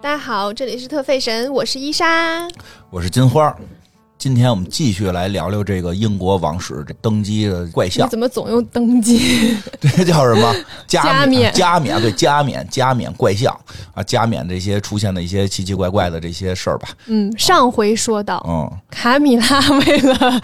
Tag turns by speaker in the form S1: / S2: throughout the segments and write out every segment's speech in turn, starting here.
S1: 大家好，这里是特费神，我是伊莎。
S2: 我是金花。今天我们继续来聊聊这个英国王室这登基的怪
S1: 你
S2: 象，
S1: 怎么总用登基？
S2: 这叫什么？加
S1: 加冕
S2: 加冕，对，加冕，加冕怪象啊，加冕这些出现的一些奇奇怪怪的这些事儿吧。
S1: 嗯，上回说到
S2: 嗯，
S1: 卡米拉为了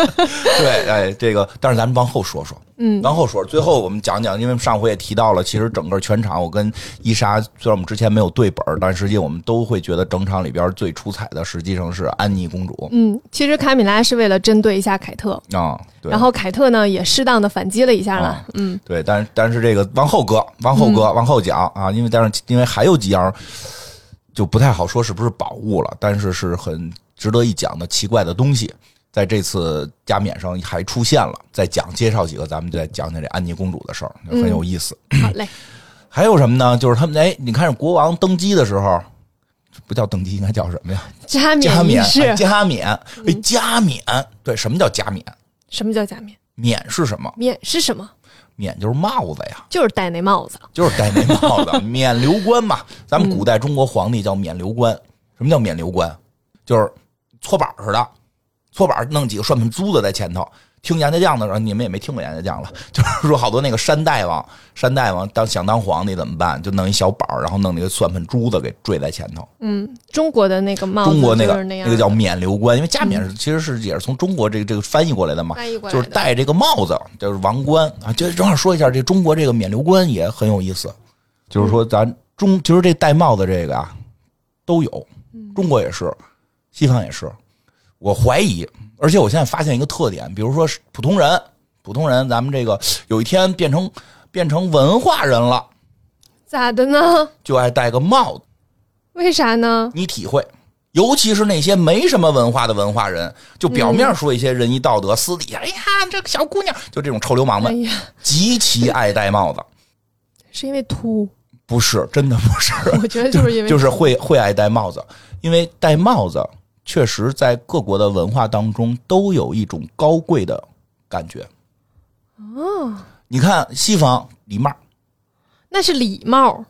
S2: 对，哎，这个，但是咱们往后说说，
S1: 嗯，
S2: 往后说。最后我们讲讲，因为上回也提到了，其实整个全场，我跟伊莎虽然我们之前没有对本儿，但实际我们都会觉得整场里边最出彩的，实际上是安妮公主
S1: 嗯，其实卡米拉是为了针对一下凯特，
S2: 啊、对，
S1: 然后凯特呢也适当的反击了一下了
S2: 啊。
S1: 嗯，
S2: 对，但是但是这个往后搁，往后搁，往后讲啊，因为但是因为还有几样就不太好说是不是宝物了，但是是很值得一讲的奇怪的东西，在这次加冕上还出现了。再讲介绍几个，咱们再讲讲这安妮公主的事儿，很
S1: 嗯
S2: 有意思。
S1: 好嘞，
S2: 还有什么呢？就是他们哎，你看国王登基的时候，这不叫登基，应该叫什么呀？
S1: 加
S2: 加
S1: 冕仪
S2: 冕，哎
S1: 式，嗯
S2: 加冕，哎，加冕。对，什么叫加冕？
S1: 什么叫加冕？
S2: 冕是什么？
S1: 冕是什么？
S2: 冕就是帽子呀。
S1: 就是戴那帽子。
S2: 就是戴那帽子，冕旒冠嘛。咱们古代中国皇帝叫冕旒冠，什么叫冕旒冠？就是搓板似的，搓板弄几个涮盆珠子在前头。听杨家将的时候，你们也没听过杨家将了，就是说好多那个山大王，山大王当想当皇帝怎么办？就弄一小板儿，然后弄那个涮盆珠子给坠在前头。
S1: 嗯，中国的那个帽子
S2: 中国那
S1: 啊就
S2: 个
S1: 是那样嗯
S2: 个叫冕旒冠，因为加冕是其实是也是从中国这个这个翻译过来的嘛，
S1: 翻译过来
S2: 就
S1: 的
S2: 是戴这个帽子，就是王冠啊。就正好说一下，这中国这个冕旒冠也很有意思，就是
S1: 嗯
S2: 说咱中其实这戴帽子这个啊都有，
S1: 嗯
S2: 中国也是，西方也是。我怀疑，而且我现在发现一个特点，比如说是普通人，普通人，咱们这个有一天变成变成文化人了，
S1: 咋的呢？
S2: 就爱戴个帽子。
S1: 为啥呢？
S2: 你体会，尤其是那些没什么文化的文化人，就表
S1: 嗯
S2: 面说一些仁义道德，私底下哎呀这个小姑娘，就这种臭流氓
S1: 哎
S2: 们
S1: 呀，
S2: 极其爱戴帽子，
S1: 是因为秃，
S2: 不是真的不是，
S1: 我觉得就是因为
S2: 就是会会爱戴帽子，因为戴帽子确实在各国的文化当中都有一种高贵的感觉。
S1: 哦，
S2: 你看西方礼帽，
S1: 那是礼帽。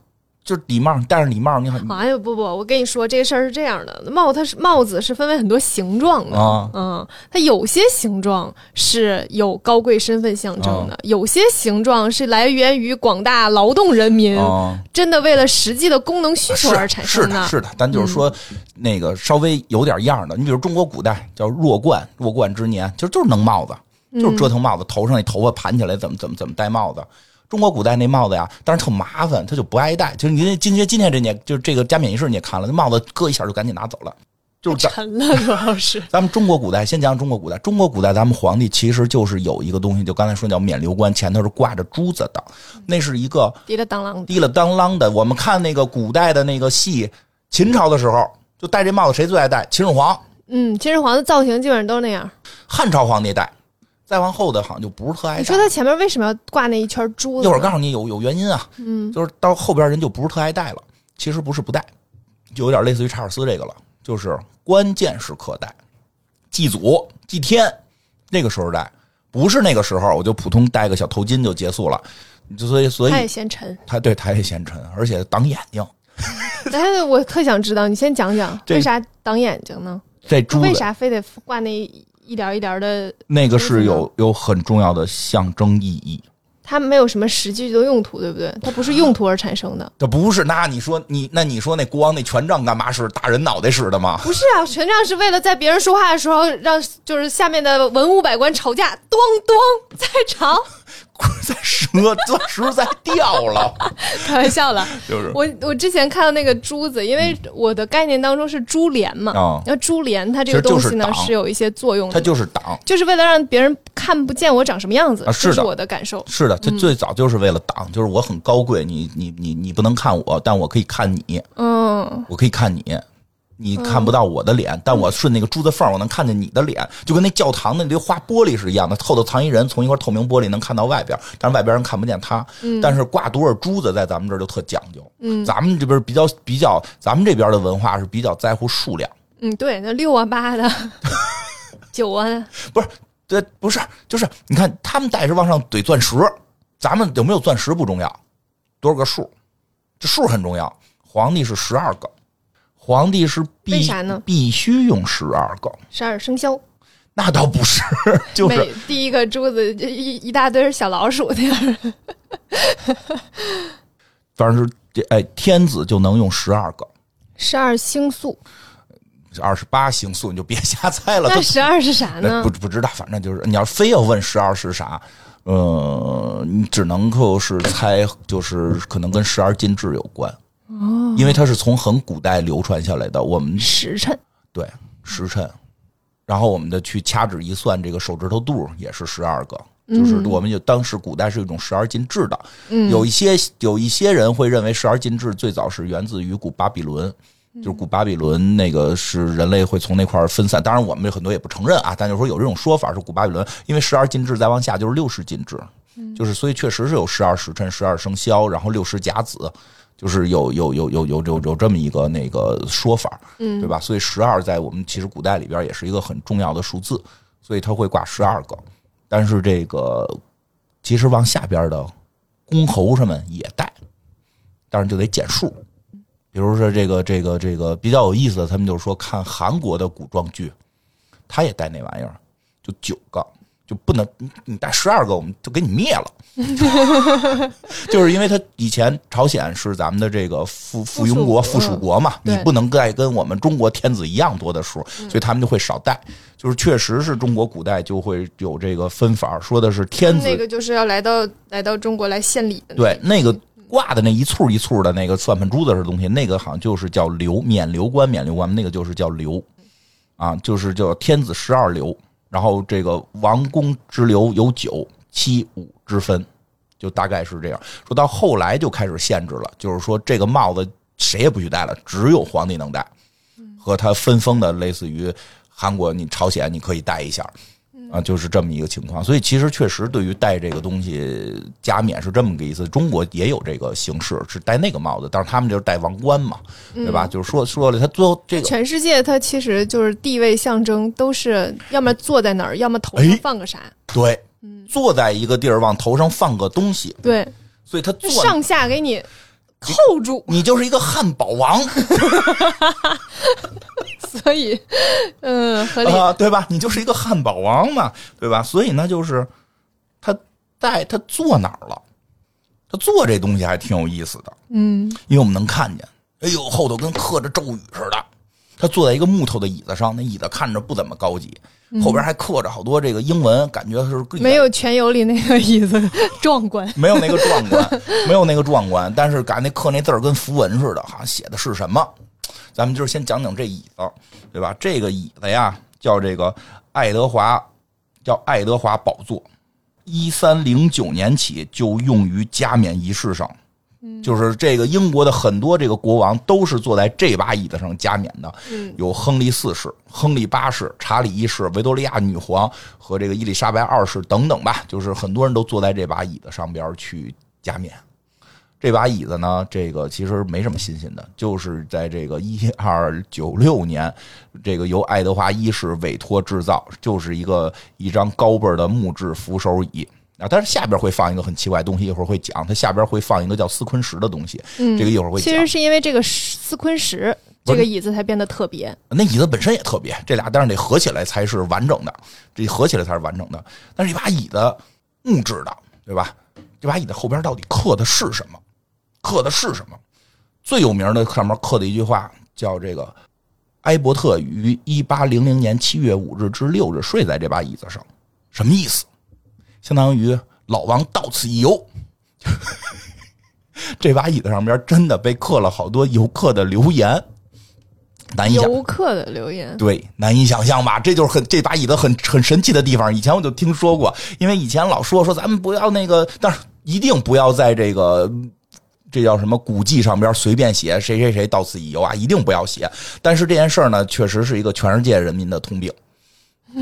S2: 就是礼帽，戴上礼帽你很
S1: 哎呀，不不，我跟你说，这个事儿是这样的，帽它是帽子是分为很多形状的，
S2: 啊
S1: 嗯，它有些形状是有高贵身份象征
S2: 啊
S1: 的，有些形状是来源于广大劳动人民、
S2: 啊。
S1: 真的为了实际的功能需求而产
S2: 是
S1: 生嗯
S2: 的，是的，咱就是说，那个稍微有点样儿的，你比如中国古代叫弱冠，弱冠之年，其实就是弄帽子，
S1: 嗯
S2: 就是折腾帽子，头上那头发盘起来，怎么怎么怎么戴帽子。中国古代那帽子呀，但是特麻烦，他就不爱戴。就是您今天今天这年，就是这个加冕仪式你也看了，那帽子搁一下就赶紧拿走了。就是 咱
S1: 沉了，主要是
S2: 咱们中国古代，先讲中国古代。中国古代，咱们皇帝其实就是有一个东西，就刚才说叫冕旒冠，前头是挂着珠子的，那是一个
S1: 滴了当啷的，
S2: 滴了当啷的。我们看那个古代的那个戏，秦朝的时候就戴这帽子，谁最爱戴？秦始皇，
S1: 嗯，秦始皇的造型基本上都是那样。
S2: 汉朝皇帝戴，再往后的好像就不是特爱
S1: 你说
S2: 戴。
S1: 他前面为什么要挂那一圈珠
S2: 哎一
S1: 子呢？
S2: 会儿告诉你有有原因啊，
S1: 嗯，
S2: 就是到后边人就不是特爱戴了。其实不是不戴，就有点类似于查尔斯这个了，就是关键时刻戴，祭祖、祭天那个时候戴，不是那个时候我就普通戴个小头巾就结束了。就所以所
S1: 他也
S2: 以
S1: 嫌沉。
S2: 他对他也嫌沉，而且挡眼睛。
S1: 但是我特想知道，你先讲讲
S2: 这
S1: 为啥挡眼睛呢？
S2: 这
S1: 他
S2: 珠
S1: 为
S2: 子
S1: 啥非得挂那一帘一帘的？
S2: 那个
S1: 为
S2: 是
S1: 什么
S2: 有有很重要的象征意义。
S1: 它没有什么实际的用途，对不对？它不是用途而产生的。
S2: 这不是，那你说你那你说那国王那权杖干嘛使？打人脑袋使的 吗？
S1: 不是啊，权杖是为了在别人说话的时候，让就是下面的文武百官吵架，咚咚在场。
S2: 在蛇钻石在掉了，
S1: 开玩笑了，
S2: 就是嗯
S1: 我我之前看到那个珠子，因为我的概念当中是珠帘嘛，
S2: 啊
S1: 然后珠帘它这
S2: 其
S1: 个
S2: 实就
S1: 东
S2: 是
S1: 西呢
S2: 挡
S1: 是有一些作用的，
S2: 它就是挡。
S1: 就是为了让别人看不见我长什么样子，
S2: 啊是的
S1: 这是我的感受。
S2: 是的，它最早就是为了挡，就是我很高贵，你你你你不能看我，但我可以看你，
S1: 嗯，
S2: 我可以看你，你看不到我的脸，但我顺那个珠子缝儿，我能看见你的脸，就跟那教堂那溜花玻璃是一样的，后头藏一人，从一块透明玻璃能看到外边，但是外边人看不见他。但是挂多少珠子在咱们这儿就特讲究，嗯，咱们这边比较比较，咱们这边的文化是比较在乎数量，
S1: 嗯，对，那六啊八 的，九啊，
S2: 不是，这不是，就是你看他们戴是往上怼钻石，咱们有没有钻石不重要，多少个数，这数很重要。皇帝是十二个，皇帝是必
S1: 为啥呢
S2: 必须用十二个，
S1: 十二生肖，
S2: 那倒不是，就是
S1: 每第一个珠子就一一大堆小老鼠那样。
S2: 反正是这哎，天子就能用十二个，
S1: 十二星宿，
S2: 二十八星宿你就别瞎猜了，
S1: 那
S2: 啊都
S1: 十二是啥呢
S2: 哎不？不知道，反正就是你要非要问十二是啥，呃，你只能够是猜，就是可能跟十二进制有关，哦，因为它是从很古代流传下来的，我们
S1: 时辰。
S2: 对时辰，然后我们的去掐指一算，这个手指头肚也是十二个。就是我们有当时古代是一种十二进制的，有一些有一些人会认为十二进制最早是源自于古巴比伦，就是古巴比伦那个是人类会从那块儿分散。当然，我们很多也不承认啊，但就是说有这种说法是古巴比伦，因为十二进制再往下就是六十进制，就是所以确实是有十二时辰、十二生肖，然后六十甲子，就是有有有有有有有这么一个那个说法，嗯，对吧？所以十二在我们其实古代里边也是一个很重要的数字，所以它会挂十二个。但是这个其实往下边的公侯什么也带，但是就得减数。比如说这个这个这个比较有意思的，他们就是说看韩国的古装剧，他也带那玩意儿，就九个，就不能你你带十二个，我们就给你灭了。 就是因为他以前朝鲜是咱们的这个附附庸国、附
S1: 附属
S2: 属
S1: 国
S2: 国嘛，你
S1: 对
S2: 不能再跟我们中国天子一样多的数，所以他们就会少带。就是确实是中国古代就会有这个分法，说的是天子
S1: 那个就是要来到来到中国来献礼的。
S2: 对，，那个挂的那一簇一簇的那个算盘珠子似的东西，那个好像就是叫流免流官，免流官那个就是叫流，啊，就是叫天子十二流，然后这个王公之流有九七五之分，就大概是这样。说到后来就开始限制了，就是说这个帽子谁也不许戴了，只有皇帝能戴，和他分封的类似于韩国、你朝鲜你可以戴一下，
S1: 嗯
S2: 啊，就是这么一个情况。所以其实确实对于戴这个东西加冕是这么个意思。中国也有这个形式，是戴那个帽子，但是他们就是戴王冠嘛，对
S1: 嗯
S2: 吧？就是说说了，他最后这个
S1: 全世界它其实就是地位象征，都是要么坐在哪儿，要么头
S2: 哎
S1: 上放个啥。
S2: 对，
S1: 嗯
S2: 坐在一个地儿往头上放个东西，
S1: 对，
S2: 所以他
S1: 就
S2: 坐
S1: 上下给你扣住，
S2: 你就是一个汉堡王
S1: 所以，嗯，合理。
S2: 啊，对吧？你就是一个汉堡王嘛，对吧？所以呢，就是他戴他坐哪儿了？他坐这东西还挺有意思的。
S1: 嗯，
S2: 因为我们能看见，哎呦，后头跟刻着咒语似的。他坐在一个木头的椅子上，那椅子看着不怎么高级，后边还刻着好多这个英文，感觉是
S1: 嗯没有全游里那个椅子壮观。
S2: 没有那个壮观，没有那个壮观，但是感觉那刻那字儿跟符文似的，好像写的是什么？咱们就是先讲讲这椅子，对吧？这个椅子呀，叫这个爱德华，叫爱德华宝座，一三零九年起就用于加冕仪式上。就是这个英国的很多这个国王都是坐在这把椅子上加冕的，
S1: 嗯
S2: 有亨利四世、亨利八世、查理一世、维多利亚女皇和这个伊丽莎白二世等等吧，就是很多人都坐在这把椅子上边去加冕。这把椅子呢，这个其实没什么新鲜的，就是在这个一二九六年，这个由爱德华一世委托制造，就是一个一张高背儿的木质扶手椅。啊，但是下边会放一个很奇怪的东西，一会儿会讲。它下边会放一个叫司昆石的东西，这个一会儿会
S1: 嗯其
S2: 讲。
S1: 实是因为这个司昆石
S2: 不
S1: 这
S2: 是
S1: 个椅子才变得特别。
S2: 那椅子本身也特别，这俩但是得合起来才是完整的，这合起来才是完整的。但是一把椅子木质的，对吧？这把椅子后边到底刻的是什么？刻的是什么？最有名的上面刻的一句话叫这个埃伯特于一八零零年七月五日至六日睡在这把椅子上，什么意思？相当于老王到此一游。 这把椅子上边真的被刻了好多游客的留言，难以想
S1: 游客的留言，
S2: 对，难以想象吧？这就是很这把椅子很很神奇的地方。以前我就听说过，因为以前老说说咱们不要那个，但是一定不要在这个这叫什么古迹上边随便写谁谁谁到此一游啊，一定不要写。但是这件事儿呢，确实是一个全世界人民的通病。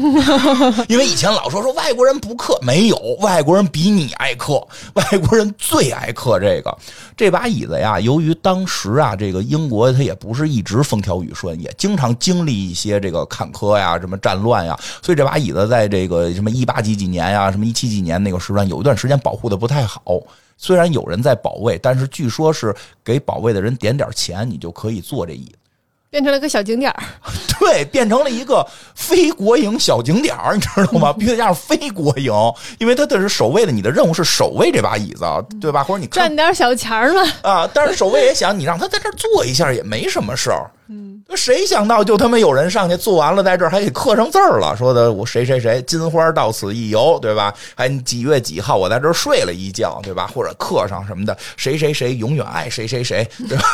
S2: 因为以前老说说外国人不刻，没有外国人比你爱刻， 外国人最爱刻这个这把椅子呀。由于当时啊，这个英国它也不是一直风调雨顺，也经常经历一些这个坎坷呀、什么战乱呀，所以这把椅子在这个什么一八几几年呀、什么一七几年那个时段，有一段时间保护的不太好。虽然有人在保卫，但是据说是给保卫的人点点钱，你就可以坐这椅子。
S1: 变成了个小景点儿。
S2: 对，变成了一个非国营小景点儿，你知道吗？必须得加上非国营，因为它这是守卫的，你的任务是守卫这把椅子，对吧？或者你看
S1: 赚点小钱儿嘛，
S2: 啊，但是守卫也想，你让他在这儿坐一下也没什么事儿。
S1: 嗯，
S2: 谁想到就他妈有人上去做完了，在这儿还给刻上字儿了，说的我谁谁谁金花到此一游，对吧？还你几月几号我在这儿睡了一觉，对吧？或者刻上什么的，谁谁谁永远爱谁谁谁，对吧？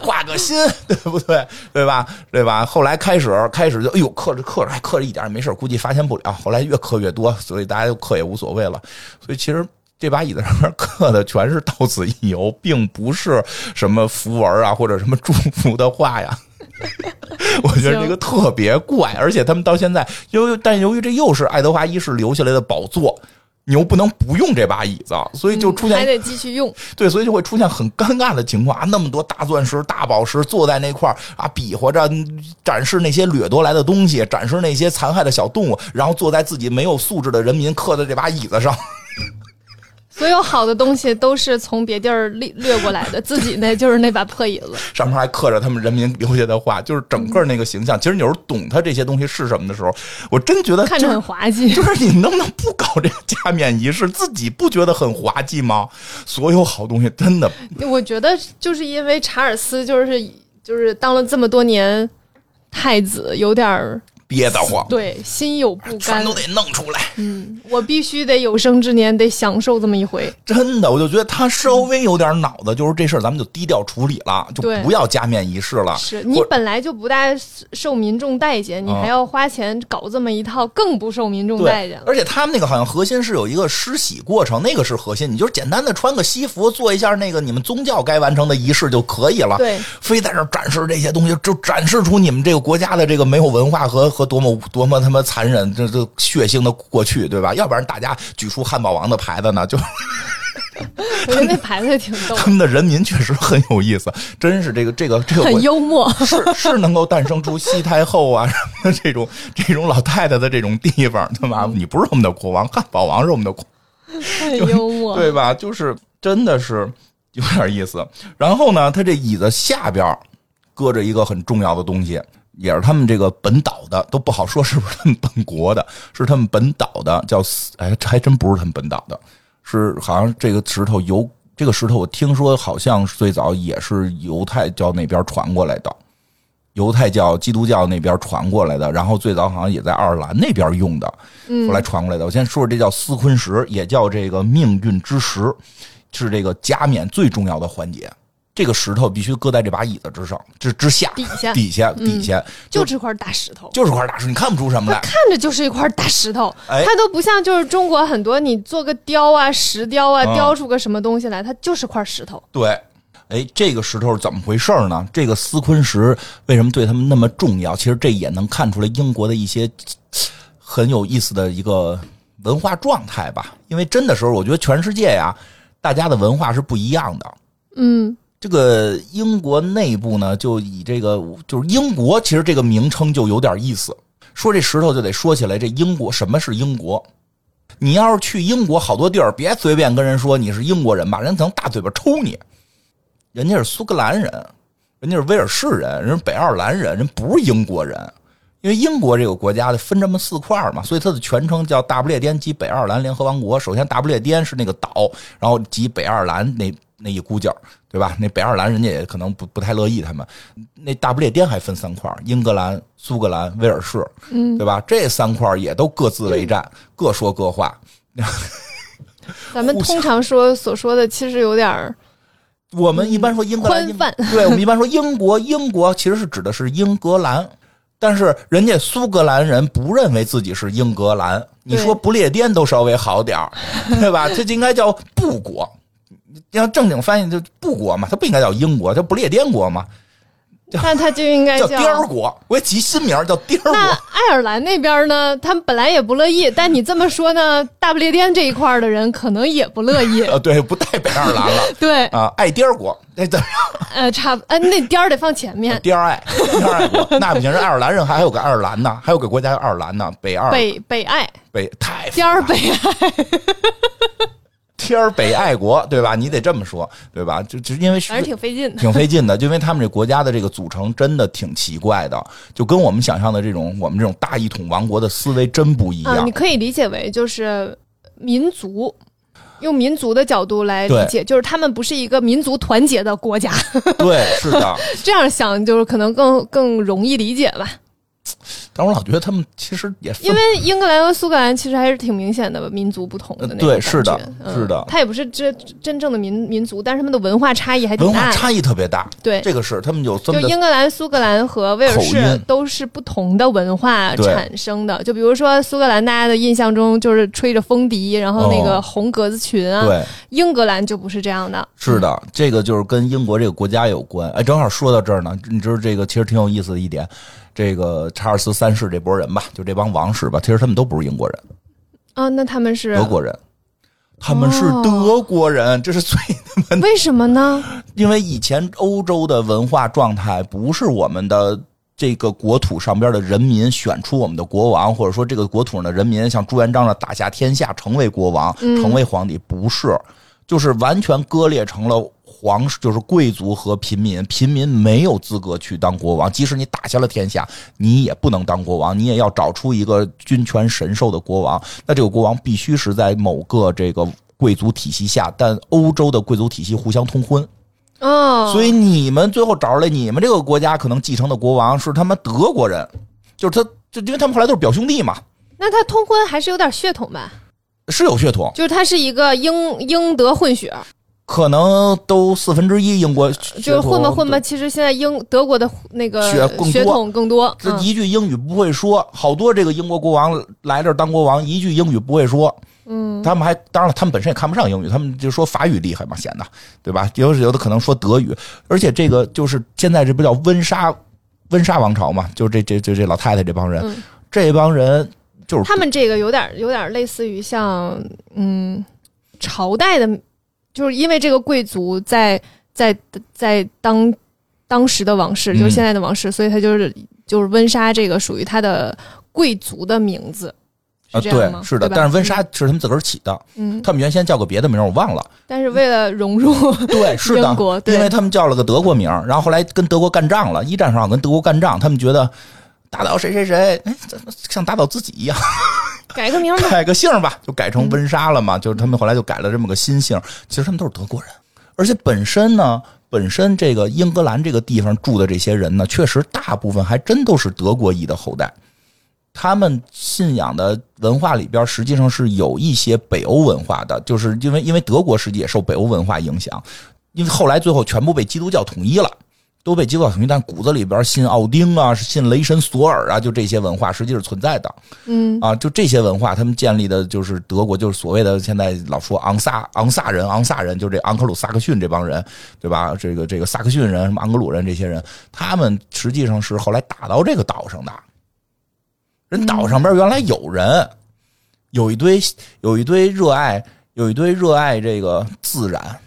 S2: 画个心， 对不对？对吧？对吧？后来开始开始就哎呦刻着刻着还刻着一点儿没事儿，估计发现不了。后来越刻越多，所以大家就刻也无所谓了。所以其实这把椅子上面刻的全是“到此一游”，并不是什么符文啊或者什么祝福的话呀。 我觉得这个特别怪，而且他们到现在，由于但由于这又是爱德华一世留下来的宝座，你又不能不用这把椅子，所 以就出现
S1: 还得继续用。
S2: 对，所以就会出现很尴尬的情况啊，那么多大钻石、大宝石坐在那块儿啊，比划着嗯展示那些掠夺来的东西，展示那些残害的小动物，然后坐在自己没有素质的人民刻的这把椅子上，
S1: 所有好的东西都是从别地儿掠掠过来的，自己那就是那把破椅子。
S2: 上面还刻着他们人民留下的话，就是整个那个形象。其实你有时候懂他这些东西是什么的时候，我真觉得
S1: 看
S2: 就
S1: 着
S2: 是
S1: 很滑稽。
S2: 就是你能不能不搞这个加冕仪式？自己不觉得很滑稽吗？所有好东西真的
S1: 我觉得就是因为查尔斯就是就是当了这么多年太子，有点儿
S2: 憋得慌，
S1: 对心有不
S2: 哦全
S1: 甘
S2: 都。得弄出来。
S1: 嗯，我必须得有生之年得享受这么一回。
S2: 真的，我就觉得他稍微有点脑子，就是这事儿咱们就低调处理了，就
S1: 对
S2: 不要加冕仪式了。
S1: 是你
S2: 啊或
S1: 本来就不大受民众待见，你
S2: 啊
S1: 还要花钱搞这么一套，更不受民众待
S2: 对
S1: 见，了。
S2: 而且他们那个好像核心是有一个施洗过程，那个是核心，你就是简单的穿个西服，做一下那个你们宗教该完成的仪式就可以了。
S1: 对
S2: 非在这儿展示这些东西，就展示出你们这个国家的这个没有文化和和多么多么他妈残忍，这这血腥的过去，对吧？要不然大家举出汉堡王的牌子呢，
S1: 哦
S2: 就
S1: 我觉得那牌子也挺逗
S2: ，他们的人民确实很有意思，真是这个这个这个 国
S1: 很幽默。
S2: 是是能够诞生出西太后啊 什么的这种这种老太太的这种地方，对吧？你不是我们的国王，汉堡王是我们的国，
S1: 很幽默。
S2: 对吧？就是真的是有点意思。然后呢，他这椅子下边儿搁着一个很重要的东西，也是他们这个本岛的，都不好说是不是他们本国的，是他们本岛的，叫斯哎，这还真不是他们本岛的，是好像这个石头由这个石头，我听说好像最早也是犹太教那边传过来的。犹太教、基督教那边传过来的，然后最早好像也在爱尔兰那边用的，后
S1: 嗯
S2: 来传过来的。我先说说这叫司昆石，也叫这个命运之石，是这个加冕最重要的环节。这个石头必须搁在这把椅子之上，之之下，
S1: 底下嗯
S2: 底下，底下，
S1: 就
S2: 就
S1: 这块大石头，
S2: 就是块大石，你看不出什么来。
S1: 看着就是一块大石头，
S2: 哎
S1: 它都不像就是中国很多你做个雕啊、石雕啊，
S2: 嗯
S1: 雕出个什么东西来，它就是块石头。
S2: 对，哎，这个石头是怎么回事儿呢？这个司昆石为什么对他们那么重要？其实这也能看出来英国的一些很有意思的一个文化状态吧。因为真的时候，我觉得全世界呀，大家的文化是不一样的。
S1: 嗯，
S2: 这个英国内部呢，就以这个就是英国，其实这个名称就有点意思。说这石头就得说起来，这英国什么是英国？你要是去英国好多地儿，别随便跟人说你是英国人吧，人可能大嘴巴抽你。人家是苏格兰人，人家是威尔士人，人是北爱尔兰人，人不是英国人。因为英国这个国家分这么四块儿嘛，所以它的全称叫大不列颠及北爱尔兰联合王国。首先，大不列颠是那个岛，然后及北爱尔兰那那一股角儿，对吧？那北爱尔兰人家也可能不不太乐意他们。那大不列颠还分三块儿：英格兰、苏格兰、威尔士，嗯，对吧？这三块儿也都各自为战，各说各话。
S1: 咱们
S2: 互相
S1: 通常说所说的其实有点儿
S2: 我们一般说英格兰，
S1: 嗯宽泛
S2: 英对我们一般说英国，英国其实是指的是英格兰，但是人家苏格兰人不认为自己是英格兰，你
S1: 对
S2: 说不列颠都稍微好 点儿，对吧？这就应该叫布国，要正经翻译就布国嘛，它不应该叫英国，叫不列颠国嘛，
S1: 那它就应该
S2: 叫
S1: 哎叫
S2: 颠儿国，我也起新名儿叫颠儿
S1: 那
S2: 国。
S1: 爱尔兰那边呢，他们本来也不乐意，但你这么说呢，大不列颠这一块儿的人可能也不乐 意。
S2: 呃，对，不带北爱 尔兰了
S1: 对，
S2: 啊，爱颠儿国，那怎么
S1: 呃，差不，呃，那颠儿得放前面，
S2: 颠儿爱颠儿爱国？那不行，人爱尔兰人还有个爱尔兰呢，还有个国家叫爱尔兰呢，北爱尔
S1: 北北爱，
S2: 北太
S1: 颠儿北爱，
S2: 天儿北爱国，对吧？你得这么说，对吧？就就因为
S1: 反正挺费劲的。
S2: 挺费劲的，就因为他们这国家的这个组成真的挺奇怪的，就跟我们想象的这种我们这种大一统王国的思维真不一
S1: 啊，
S2: 样
S1: 你。可以理解为就是民族，用民族的角度来理
S2: 对
S1: 解，就是他们不是一个民族团结的国家，
S2: 对，是的。
S1: 这样想就是可能更更容易理解吧。
S2: 但我老觉得他们其实也分
S1: 因为 英格兰和苏格兰其实还是挺明显的民族不同的那
S2: 呃
S1: 种
S2: 对
S1: 感觉
S2: 是的
S1: 嗯、
S2: 是的
S1: 它也不是真真正的民民族，但是他们的文化差异还挺
S2: 文
S1: 大
S2: 化
S1: 的。
S2: 差异特别大，
S1: 对，
S2: 这个是他们有
S1: 就
S2: 这么的
S1: 英格兰、苏格兰和威尔
S2: 口
S1: 士
S2: 音
S1: 都是不同的文化
S2: 对
S1: 产生的。就比如说苏格兰，大家的印象中就是吹着风笛，然后那个
S2: 哦
S1: 红格子裙啊。
S2: 对。
S1: 英格兰就不是这样的。
S2: 是的，这个就是跟英国这个国家有关。哎，正好说到这儿呢，你知道这个其实挺有意思的一点，这个查尔斯三世这波人吧，就这帮王室吧，其实他们都不是英国人，
S1: 啊，那他们是
S2: 德国人，他们是德国人，这是最
S1: 为什么呢？
S2: 因为以前欧洲的文化状态不是我们的这个国土上边的人民选出我们的国王，或者说这个国土上的人民像朱元璋的打下天下，成为国王，成为皇帝，不是，就是完全割裂成了。皇室就是贵族和平民，平民没有资格去当国王。即使你打下了天下，你也不能当国王，你也要找出一个君权神授的国王。那这个国王必须是在某个这个贵族体系下，但欧洲的贵族体系互相通婚，
S1: 哦，
S2: 所以你们最后找出来，你们这个国家可能继承的国王是他妈德国人，就是他，就因为他们后来都是表兄弟嘛，
S1: 那他通婚还是有点血统吧？
S2: 是有血统，
S1: 就是他是一个英英德混血，
S2: 可能都四分之一英国血，
S1: 就是混吧混吧。
S2: 吧。
S1: 其实现在英德国的那个
S2: 血更多
S1: 血统更多。
S2: 这
S1: 嗯
S2: 一句英语不会说，好多这个英国国王来这儿当国王，一句英语不会说。嗯，他们还当然了，他们本身也看不上英语，他们就说法语厉害嘛，显得对吧？有有的可能说德语，而且这个就是现在这不叫温莎温莎王朝嘛，就这这这这老太太这帮人，
S1: 嗯
S2: 这帮人就是
S1: 他们这个有点有点类似于像嗯朝代的，就是因为这个贵族在在在当当时的王室，
S2: 嗯
S1: 就是现在的王室，所以他就是就是温莎这个属于他的贵族的名字，
S2: 啊，
S1: 是这样吗？
S2: 对，是
S1: 对
S2: 的，
S1: 吧
S2: 但是温莎是他们自个儿起的，
S1: 嗯，
S2: 他们原先叫个别的名儿，我忘 了。
S1: 但是为了融 入，
S2: 对，是的
S1: 英国，对
S2: 因为他们叫了个德国名儿，然后后来跟德国干仗了，一战上跟德国干仗，他们觉得打倒谁谁谁，哎，怎么像打倒自己一样，
S1: 改个名 吧。
S2: 改个姓儿吧，就改成温莎了嘛。就是他们后来就改了这么个新姓儿，其实他们都是德国人，而且本身呢。本身这个英格兰这个地方住的这些人呢，确实大部分还真都是德国裔的后代。他们信仰的文化里边，实际上是有一些北欧文化的，就是因为因为德国实际也受北欧文化影响，因为后来最后全部被基督教统一了，都被基督教统一，但骨子里边信奥丁啊，信雷神索尔啊，就这些文化实际是存在的。
S1: 嗯
S2: 啊，就这些文化，他们建立的就是德国，就是所谓的现在老说昂萨昂萨人、昂萨人，就这昂克鲁萨克逊这帮人，对吧？这个这个萨克逊人、什么盎格鲁人这些人，他们实际上是后来打到这个岛上的。人岛上边原来有人，有一堆有一堆热爱，有一堆热爱这个自然，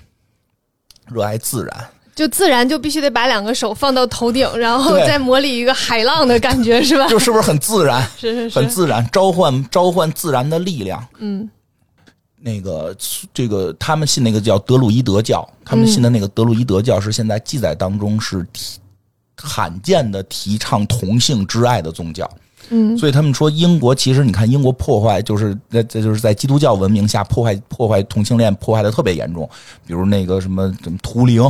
S2: 热爱自然。
S1: 就自然就必须得把两个手放到头顶，然后
S2: 对
S1: 再模拟一个海浪的感觉，是吧？
S2: 就是不是很自然？
S1: 是是
S2: 很
S1: 是，
S2: 自然，召唤召唤自然的力量。
S1: 嗯，
S2: 那个这个他们信那个叫德鲁伊德教，他们
S1: 嗯
S2: 信的那个德鲁伊德教是现在记载当中是提罕见的提倡同性之爱的宗教。
S1: 嗯，
S2: 所以他们说英国其实你看英国破坏就是那这就是在基督教文明下破坏破坏同性恋破坏的特别严重，比如那个什么什么图灵。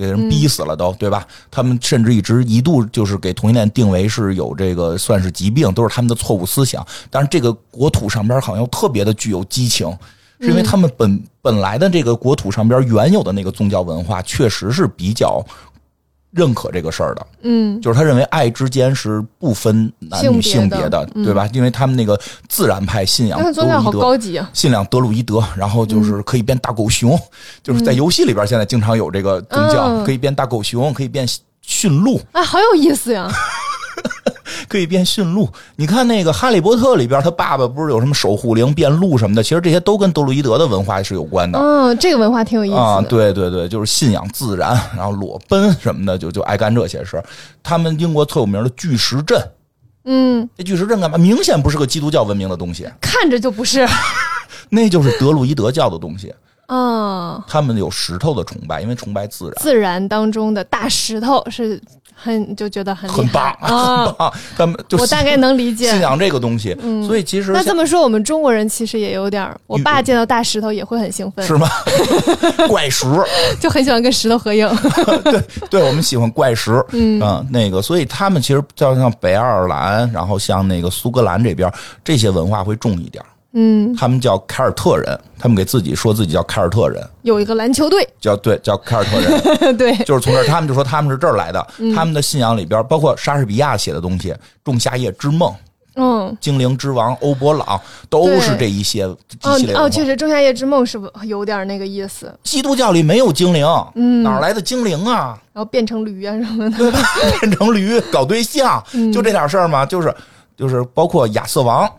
S2: 给人逼死了都，对吧？他们甚至一直一度就是给同性恋定为是有这个算是疾病，都是他们的错误思想。但是这个国土上边好像特别的具有激情，是因为他们本本来的这个国土上边原有的那个宗教文化确实是比较认可这个事儿的。
S1: 嗯
S2: 就是他认为爱之间是不分男女
S1: 性别
S2: 性别的，
S1: 的嗯
S2: 对吧？因为他们那个自然派信仰
S1: 那个
S2: 德
S1: 宗教好
S2: 鲁伊德，
S1: 高嗯级啊。
S2: 信仰德鲁伊德，然后就是可以变大狗熊，就是在游戏里边现在经常有这个宗教，
S1: 嗯
S2: 可以变大狗熊，可以变驯鹿，
S1: 啊，好有意思呀！
S2: 可以变驯鹿。你看那个《哈利波特》里边，他爸爸不是有什么守护灵变鹿什么的，其实这些都跟德鲁伊德的文化是有关的。
S1: 嗯，这个文化挺有意思的。
S2: 啊，对对对，就是信仰自然，然后裸奔什么的，就就爱干这些事儿。他们英国特有名的巨石阵，
S1: 嗯，
S2: 这巨石阵干嘛？明显不是个基督教文明的东西，
S1: 看着就不是。
S2: 那就是德鲁伊德教的东西。
S1: 嗯，
S2: 他们有石头的崇拜，因为崇拜自然，
S1: 自然当中的大石头是很就觉得很厉害
S2: 很棒，
S1: 啊、
S2: 很棒。他们就
S1: 我大概能理解
S2: 信。仰这个东西，
S1: 嗯
S2: 所以其实
S1: 那
S2: 像
S1: 这么说，我们中国人其实也有点儿，我爸见到大石头也会很兴奋，
S2: 是吗？怪石，
S1: 就很喜欢跟石头合 影。
S2: 对我们喜欢怪石，
S1: 嗯
S2: 啊，那个，所以他们其实像像北爱尔兰，然后像那个苏格兰这边，这些文化会重一点儿。
S1: 嗯，
S2: 他们叫凯尔特人，他们给自己说自己叫凯尔特人，
S1: 有一个篮球队，
S2: 叫对叫凯尔特人，
S1: 对，
S2: 就是从这儿，他们就说他们是这儿来的。
S1: 嗯
S2: 他们的信仰里边，包括莎士比亚写的东西，《仲夏夜之梦》《
S1: 嗯。
S2: 精灵之王》《欧伯朗》，都是这一些
S1: 哦
S2: 一系列文化
S1: 哦，确实，《仲夏夜之梦》是不有点那个意思，
S2: 基督教里没有精灵，
S1: 嗯
S2: 哪儿来的精灵啊？
S1: 然后变成驴啊什 么的，
S2: 对吧？变成驴搞对象，
S1: 嗯
S2: 就这点事儿嘛，就是就是包括亚瑟王，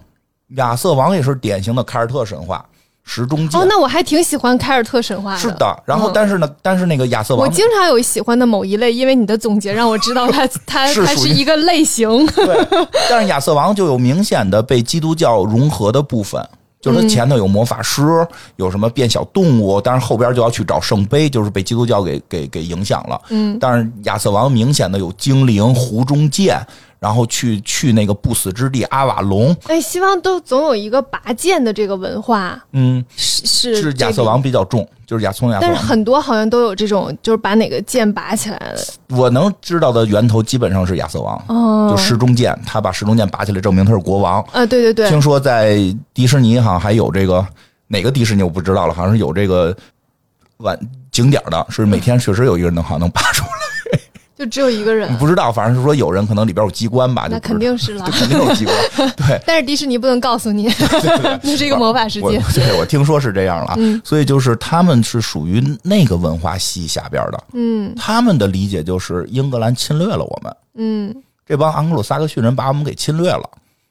S2: 亚瑟王也是典型的凯尔特神话，时钟
S1: 哦，
S2: 剑
S1: 那我还挺喜欢凯尔特神话
S2: 是的。然后
S1: 嗯
S2: 但是呢，但是那个亚瑟
S1: 我
S2: 王
S1: 经常有喜欢的某一类，因为你的总结让我知道它它
S2: 是
S1: 它
S2: 属
S1: 是
S2: 于
S1: 一个类型。
S2: 对，但是亚瑟王就有明显的被基督教融合的部分。就是他
S1: 嗯
S2: 前头有魔法师，有什么变小动物，但是后边就要去找圣杯，就是被基督教给给给影响了。
S1: 嗯，
S2: 但是亚瑟王明显的有精灵、湖中剑，然后去去那个不死之地阿瓦隆，
S1: 哎，西方都总有一个拔剑的这个文化，
S2: 嗯，
S1: 是是
S2: 是
S1: 这
S2: 亚瑟
S1: 个
S2: 王比较重，就是亚从亚瑟
S1: 但是
S2: 王，
S1: 很多好像都有这种，就是把哪个剑拔起来的。
S2: 我能知道的源头基本上是亚瑟王，
S1: 哦
S2: 就，石中剑，他把石中剑拔起来，证明他是国王。
S1: 啊，对对对，
S2: 听说在迪士尼好像还有这个哪个迪士尼我不知道了，好像是有这个晚景点的，是每天确实有一个人能好像能 拔出来，
S1: 就只有一个人，
S2: 不知道，反正是说有人可能里边有机关吧，就
S1: 那
S2: 不
S1: 肯
S2: 知道
S1: 定是了
S2: 就。肯定有 机关，对。
S1: 但是迪士尼不能告诉你， 那是一个魔法世
S2: 我
S1: 界。
S2: 对我听说是这样了啊，
S1: 嗯
S2: 所以就是他们是属于那个文化系下边的，
S1: 嗯
S2: 他们的理解就是英格兰侵略了我们，
S1: 嗯
S2: 这帮盎格鲁撒克逊人把我们给侵略了，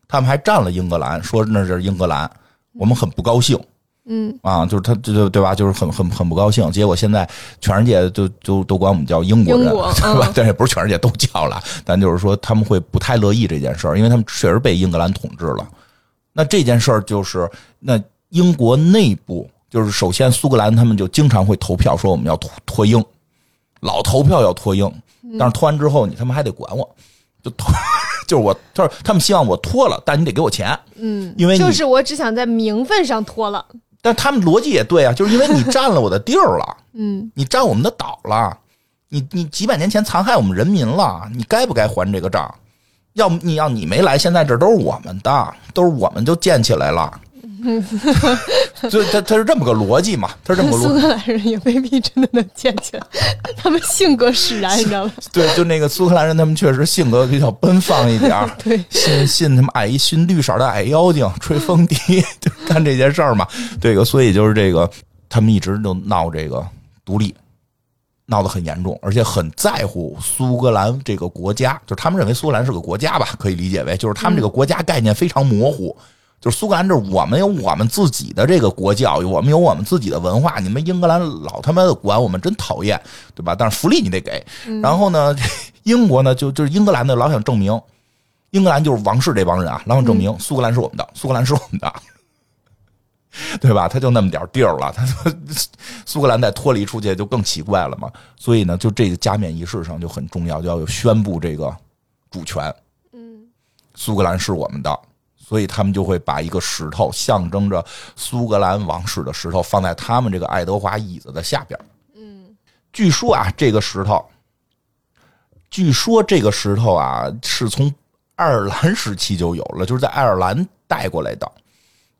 S2: 他们还占了英格兰，说那是英格兰，我们很不高兴
S1: 嗯，
S2: 啊，就是他这就对吧，就是很很很不高兴。结果现在全世界就就都管我们叫英国人，
S1: 英 国
S2: 对吧？
S1: 嗯
S2: 但也不是全世界都叫了，但就是说他们会不太乐意这件事儿，因为他们确实被英格兰统治了。那这件事儿就是那英国内部。就是首先，苏格兰他们就经常会投票说我们要脱脱英，老投票要脱英，
S1: 嗯
S2: 但是脱完之后你他妈还得管我，就脱， 就是我，他说他们希望我脱了，但你得给我钱，
S1: 嗯，
S2: 因为你
S1: 就是我只想在名分上脱了。
S2: 但他们逻辑也对啊，就是因为你占了我的地儿了，
S1: 嗯
S2: 你占我们的岛了，你你几百年前残害我们人民了，你该不该还这个账？要不你要你没来，现在这都是我们的，都是我们就建起来 了。所以他他是这么个逻辑嘛，他是这么个逻
S1: 苏格兰人也未必真的能建起来， 他们性格使然，你知道吗？，
S2: 对，就那个苏格兰人，他们确实性格比较奔放一点儿
S1: 对
S2: 信信他们矮一熏绿色的矮妖精，吹风笛， 就干这些事儿嘛。这个，所以就是这个，他们一直就闹这个独立，闹得很严重，而且很在乎苏格兰这个国家，就是他们认为苏格兰是个国家吧，可以理解为就是他们这个国家概念非常模糊。就是苏格兰这儿，我们有我们自己的这个国教，有我们有我们自己的文化。你们英格兰老他妈的管我们，真讨厌，对吧？但是福利你得给。然后呢， 英国呢，就就是英格兰呢，老想证明，英格兰就是王室这帮人啊，老想证明苏格兰是我们的，苏格兰是我们的，对吧？他就那么点儿地儿了，他说苏格兰再脱离出去就更奇怪了嘛。所以呢，就这个加冕仪式上就很重要，就要有宣布这个主权，
S1: 嗯
S2: 苏格兰是我们的。所以他们就会把一个石头象征着苏格兰王室的石头放在他们这个爱德华椅子的下边儿。
S1: 嗯
S2: 据说啊，这个石头，据说这个石头啊是从爱尔兰时期就有了，就是在爱尔兰带过来的，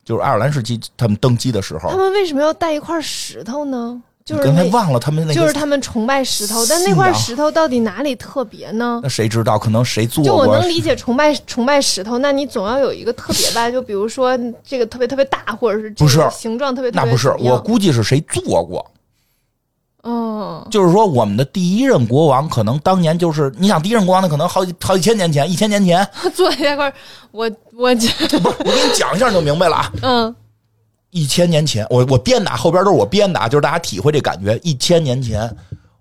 S2: 就是爱尔兰时期他们登基的时
S1: 他
S2: 候，
S1: 们为什么要带一块石头呢？就是
S2: 刚才
S1: 那
S2: 忘了他们那个，
S1: 就是他们崇拜石头，但那
S2: 信
S1: 块
S2: 仰
S1: 石头到底哪里特别呢？
S2: 那谁知道？可能谁做
S1: 就
S2: 过
S1: 我能理解崇拜崇拜石头，那你总要有一个特别吧？就比如说这个特别特别大，或者是这
S2: 不是
S1: 个形状特别特
S2: 那
S1: 别
S2: 不是
S1: 怎，么样
S2: 我估计是谁做过。
S1: 嗯
S2: 就是说，我们的第一任国王可能当年就是，你想第一任国王那可能好几好几千年前，一千年前。
S1: 坐在那块儿，我我觉得
S2: 不是，我给你讲一下你就明白了啊。
S1: 嗯
S2: 一千年前，我我编的啊，后边都是我编的啊，就是大家体会这感觉。一千年前，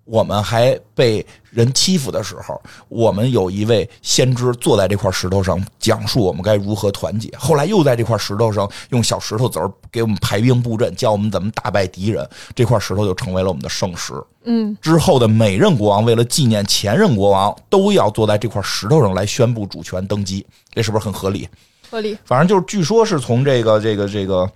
S2: 我们还被人欺负的时候，我们有一位先知坐在这块石头上，讲述我们该如何团结。后来又在这块石头上用小石头子儿给我们排兵布阵，教我们怎么打败敌人。这块石头就成为了我们的圣石。
S1: 嗯，
S2: 之后的每任国王为了纪念前任国王，都要坐在这块石头上来宣布主权登基，这是不是很合理？
S1: 合理。
S2: 反正就是据说是从这个这个这个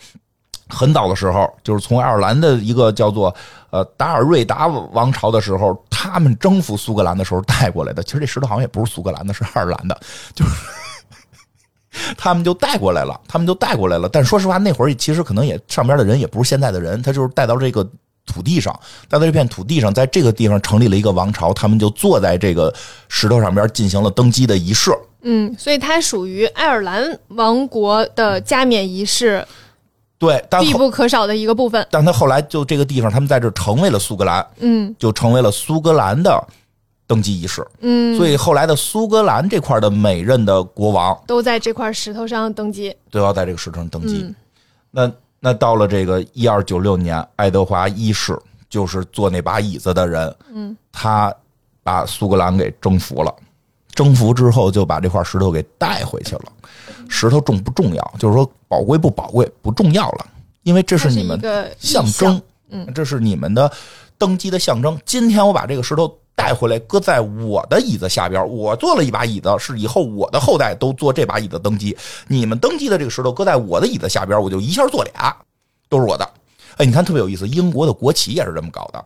S2: 很早的时候，就是从爱尔兰的一个叫做呃达尔瑞达王朝的时候，他们征服苏格兰的时候带过来的。其实这石头好像也不是苏格兰的，是爱尔兰的，就是 他们就带过来了，他们就带过来了。但说实话，那会儿其实可能也上边的人也不是现在的人，他就是带到这个。土地上，带到这片土地上，在这个地方成立了一个王朝，他们就坐在这个石头上边进行了登基的仪式。
S1: 嗯，所以它属于爱尔兰王国的加冕仪式
S2: 对，但
S1: 必
S2: 后
S1: 不可少的一个部分。
S2: 但他后来就这个地方，他们在这儿成为了苏格兰，
S1: 嗯
S2: 就成为了苏格兰的登基仪式。
S1: 嗯，
S2: 所以后来的苏格兰这块的每任的国王
S1: 都在这块石头上登基。
S2: 都要在这个石头上登基。
S1: 嗯
S2: 那那到了这个一二九六年，爱德华一世就是坐那把椅子的人，
S1: 嗯，
S2: 他把苏格兰给征服了。征服之后，就把这块石头给带回去了。石头重不重要？就是说宝贵不宝贵不重要了，因为这
S1: 它
S2: 是
S1: 是
S2: 你们
S1: 一个
S2: 象
S1: 意
S2: 征，
S1: 嗯，
S2: 这是你们的登基的象征。今天我把这个石头带回来，搁在我的椅子下边，我做了一把椅子，是以后我的后代都坐这把椅子登基。你们登基的这个石头搁在我的椅子下边，我就一下做俩，都是我的。哎，你看特别有意思，英国的国旗也是这么搞的。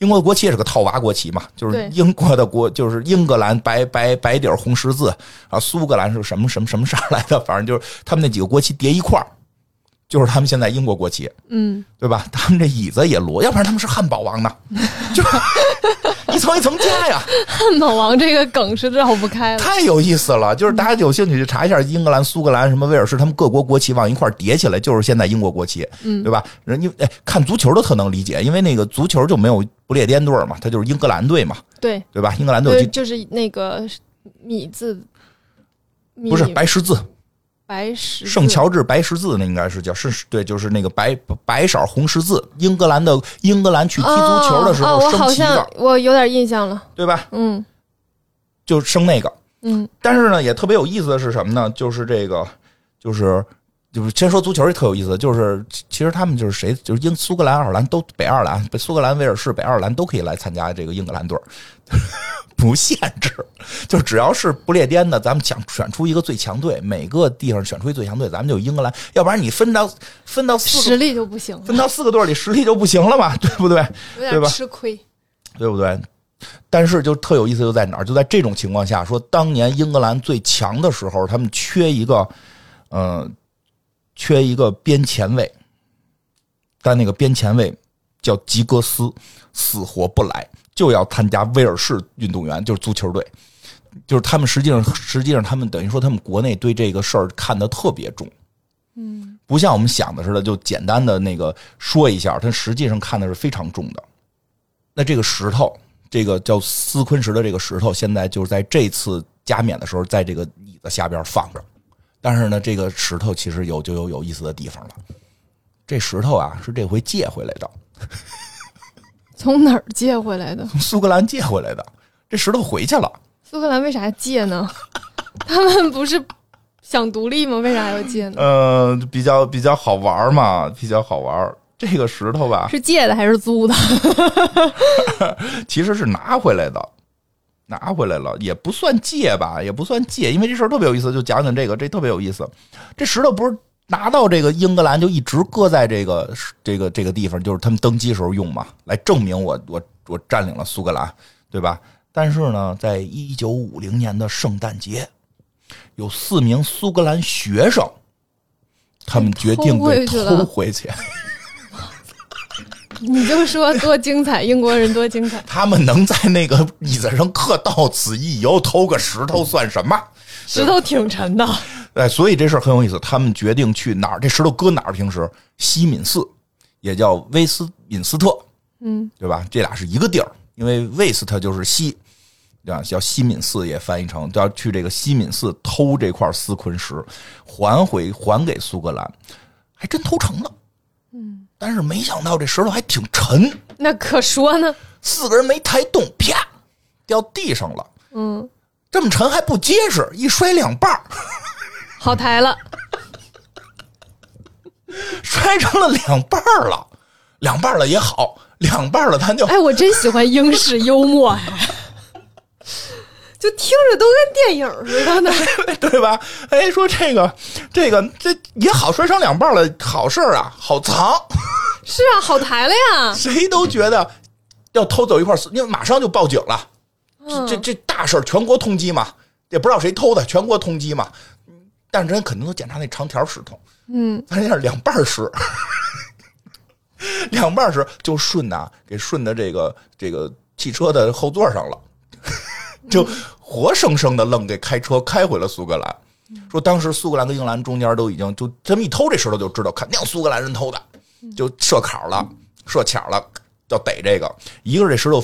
S2: 英国的国旗也是个套娃国旗嘛，就是
S1: 对
S2: 英国的国，就是英格兰白白白底儿红十字啊，苏格兰是什么什么什么色儿来的，反正就是他们那几个国旗叠一块儿，就是他们现在英国国旗。
S1: 嗯，
S2: 对吧？ 他们这椅子也摞，要不然他们是汉堡王呢， 就是一层一层 加呀，
S1: 汉堡王这个梗是绕不开了。
S2: 太有意思了。就是大家有兴趣去查一下英格兰、苏格兰、什么威尔士，他们各国国旗往一块儿叠起来，就是现在英国国旗，
S1: 嗯
S2: 对吧？人家哎，看足球的特能理解，因为那个足球就没有不列颠队儿嘛，它就是英格兰队嘛，
S1: 对，
S2: 对吧？英格兰队有
S1: 对，
S2: 几
S1: 就是那个米字，米
S2: 不是白十字，
S1: 白石
S2: 圣乔治白十字那应该是叫是，对，就是那个白白色红十字。英格兰的英格兰去踢足球的时
S1: 哦
S2: 候
S1: 哦、我
S2: 升
S1: 好
S2: 旗的，
S1: 像我有点印象了。
S2: 对吧？
S1: 嗯
S2: 就升那个。
S1: 嗯
S2: 但是呢，也特别有意思的是什么呢？就是这个，就是就是先说足球也特有意思，就是其其实他们就是谁，就是英苏格兰、爱尔兰都北爱尔兰、北苏格兰、威尔士、北爱尔兰都可以来参加这个英格兰队儿， 不限制，就只要是不列颠的，咱们想选出一个最强队，每个地方选出一最强队，咱们就英格兰，要不然你分到分到四
S1: 实
S2: 个
S1: 力就不行了，
S2: 分到四个队儿里实力就不行了嘛，对不对？
S1: 有
S2: 对
S1: 点
S2: 吧
S1: 吃亏。
S2: 对不对？但是就特有意思，就在哪儿？就在这种情况下，说当年英格兰最强的时候，他们缺一个，呃，缺一个边前卫，但那个边前卫叫吉格斯，死活不来，就要参加威尔士运动员，就是足球队，就是他们实际上实际上他们等于说他们国内对这个事儿看得特别重，嗯，不像我们想的似的，就简单的那个说一下，他实际上看的是非常重的。那这个石头，这个叫斯昆石的这个石头，现在就是在这次加冕的时候，在这个椅子下边放着。但是呢，这个石头其实有就有有意思的地方了。这石头啊，是这回借回来的，
S1: 从哪儿借回来的？
S2: 从苏格兰借回来的。这石头回去了，
S1: 苏格兰为啥借呢？ 他们不是想独立吗？为啥要借呢？
S2: 呃，比较比较好玩嘛，比较好玩。这个石头吧，
S1: 是借的还是租的？
S2: 其实是拿回来的，拿回来了，也不算借吧，也不算借，因为这事儿特别有意思，就讲讲这个，这特别有意思。这石头不是拿到这个英格兰就一直搁在这个这个这个地方，就是他们登基时候用嘛，来证明我我我占领了苏格兰，对吧？但是呢，在一九五零年的圣诞节，有四名苏格兰学生，他们决定给
S1: 偷回去了
S2: 偷回去。
S1: 你就说多精彩，英国人多精彩。
S2: 他们能在那个椅子上刻“到此一游”，偷个石头算什么？
S1: 石头挺沉的，
S2: 哎，所以这事儿很有意思。他们决定去哪儿？这石头搁哪儿？平时西敏寺，也叫威斯敏斯特，
S1: 嗯，
S2: 对吧？这俩是一个地儿，因为威斯特就是西，对吧？叫西敏寺也翻译成，就要去这个西敏寺偷这块斯昆石，还回还给苏格兰，还真偷成了。嗯，但是没想到这石头还挺沉，
S1: 那可说呢，
S2: 四个人没抬动，啪掉地上了。
S1: 嗯，
S2: 这么沉还不结实，一摔两半儿，
S1: 好抬了，
S2: 摔成了两半儿了，两半儿了也好，两半儿了咱就
S1: 哎，我真喜欢英式幽默呀、就听着都跟电影似 的呢。
S2: 对吧？哎，说这个这个这也好，摔成两半儿了，好事儿啊，好藏，
S1: 是啊，好抬了呀，
S2: 谁都觉得要偷走一块儿，因为马上就报警了，
S1: 嗯
S2: 这这这大事儿，全国通缉嘛，也不知道谁偷的，全国通缉嘛。但是人肯定都检查那长条石头，
S1: 嗯，
S2: 他那是两半儿石，两半儿石就顺呐、给顺到这个这个汽车的后座上了，
S1: 嗯
S2: 就活生生的愣给开车开回了苏格兰。
S1: 嗯
S2: 说当时苏格兰跟英格兰中间都已经就这么一偷这石头就知道肯定苏格兰人偷的，就设考了，设巧了，要逮这个。一个是这石头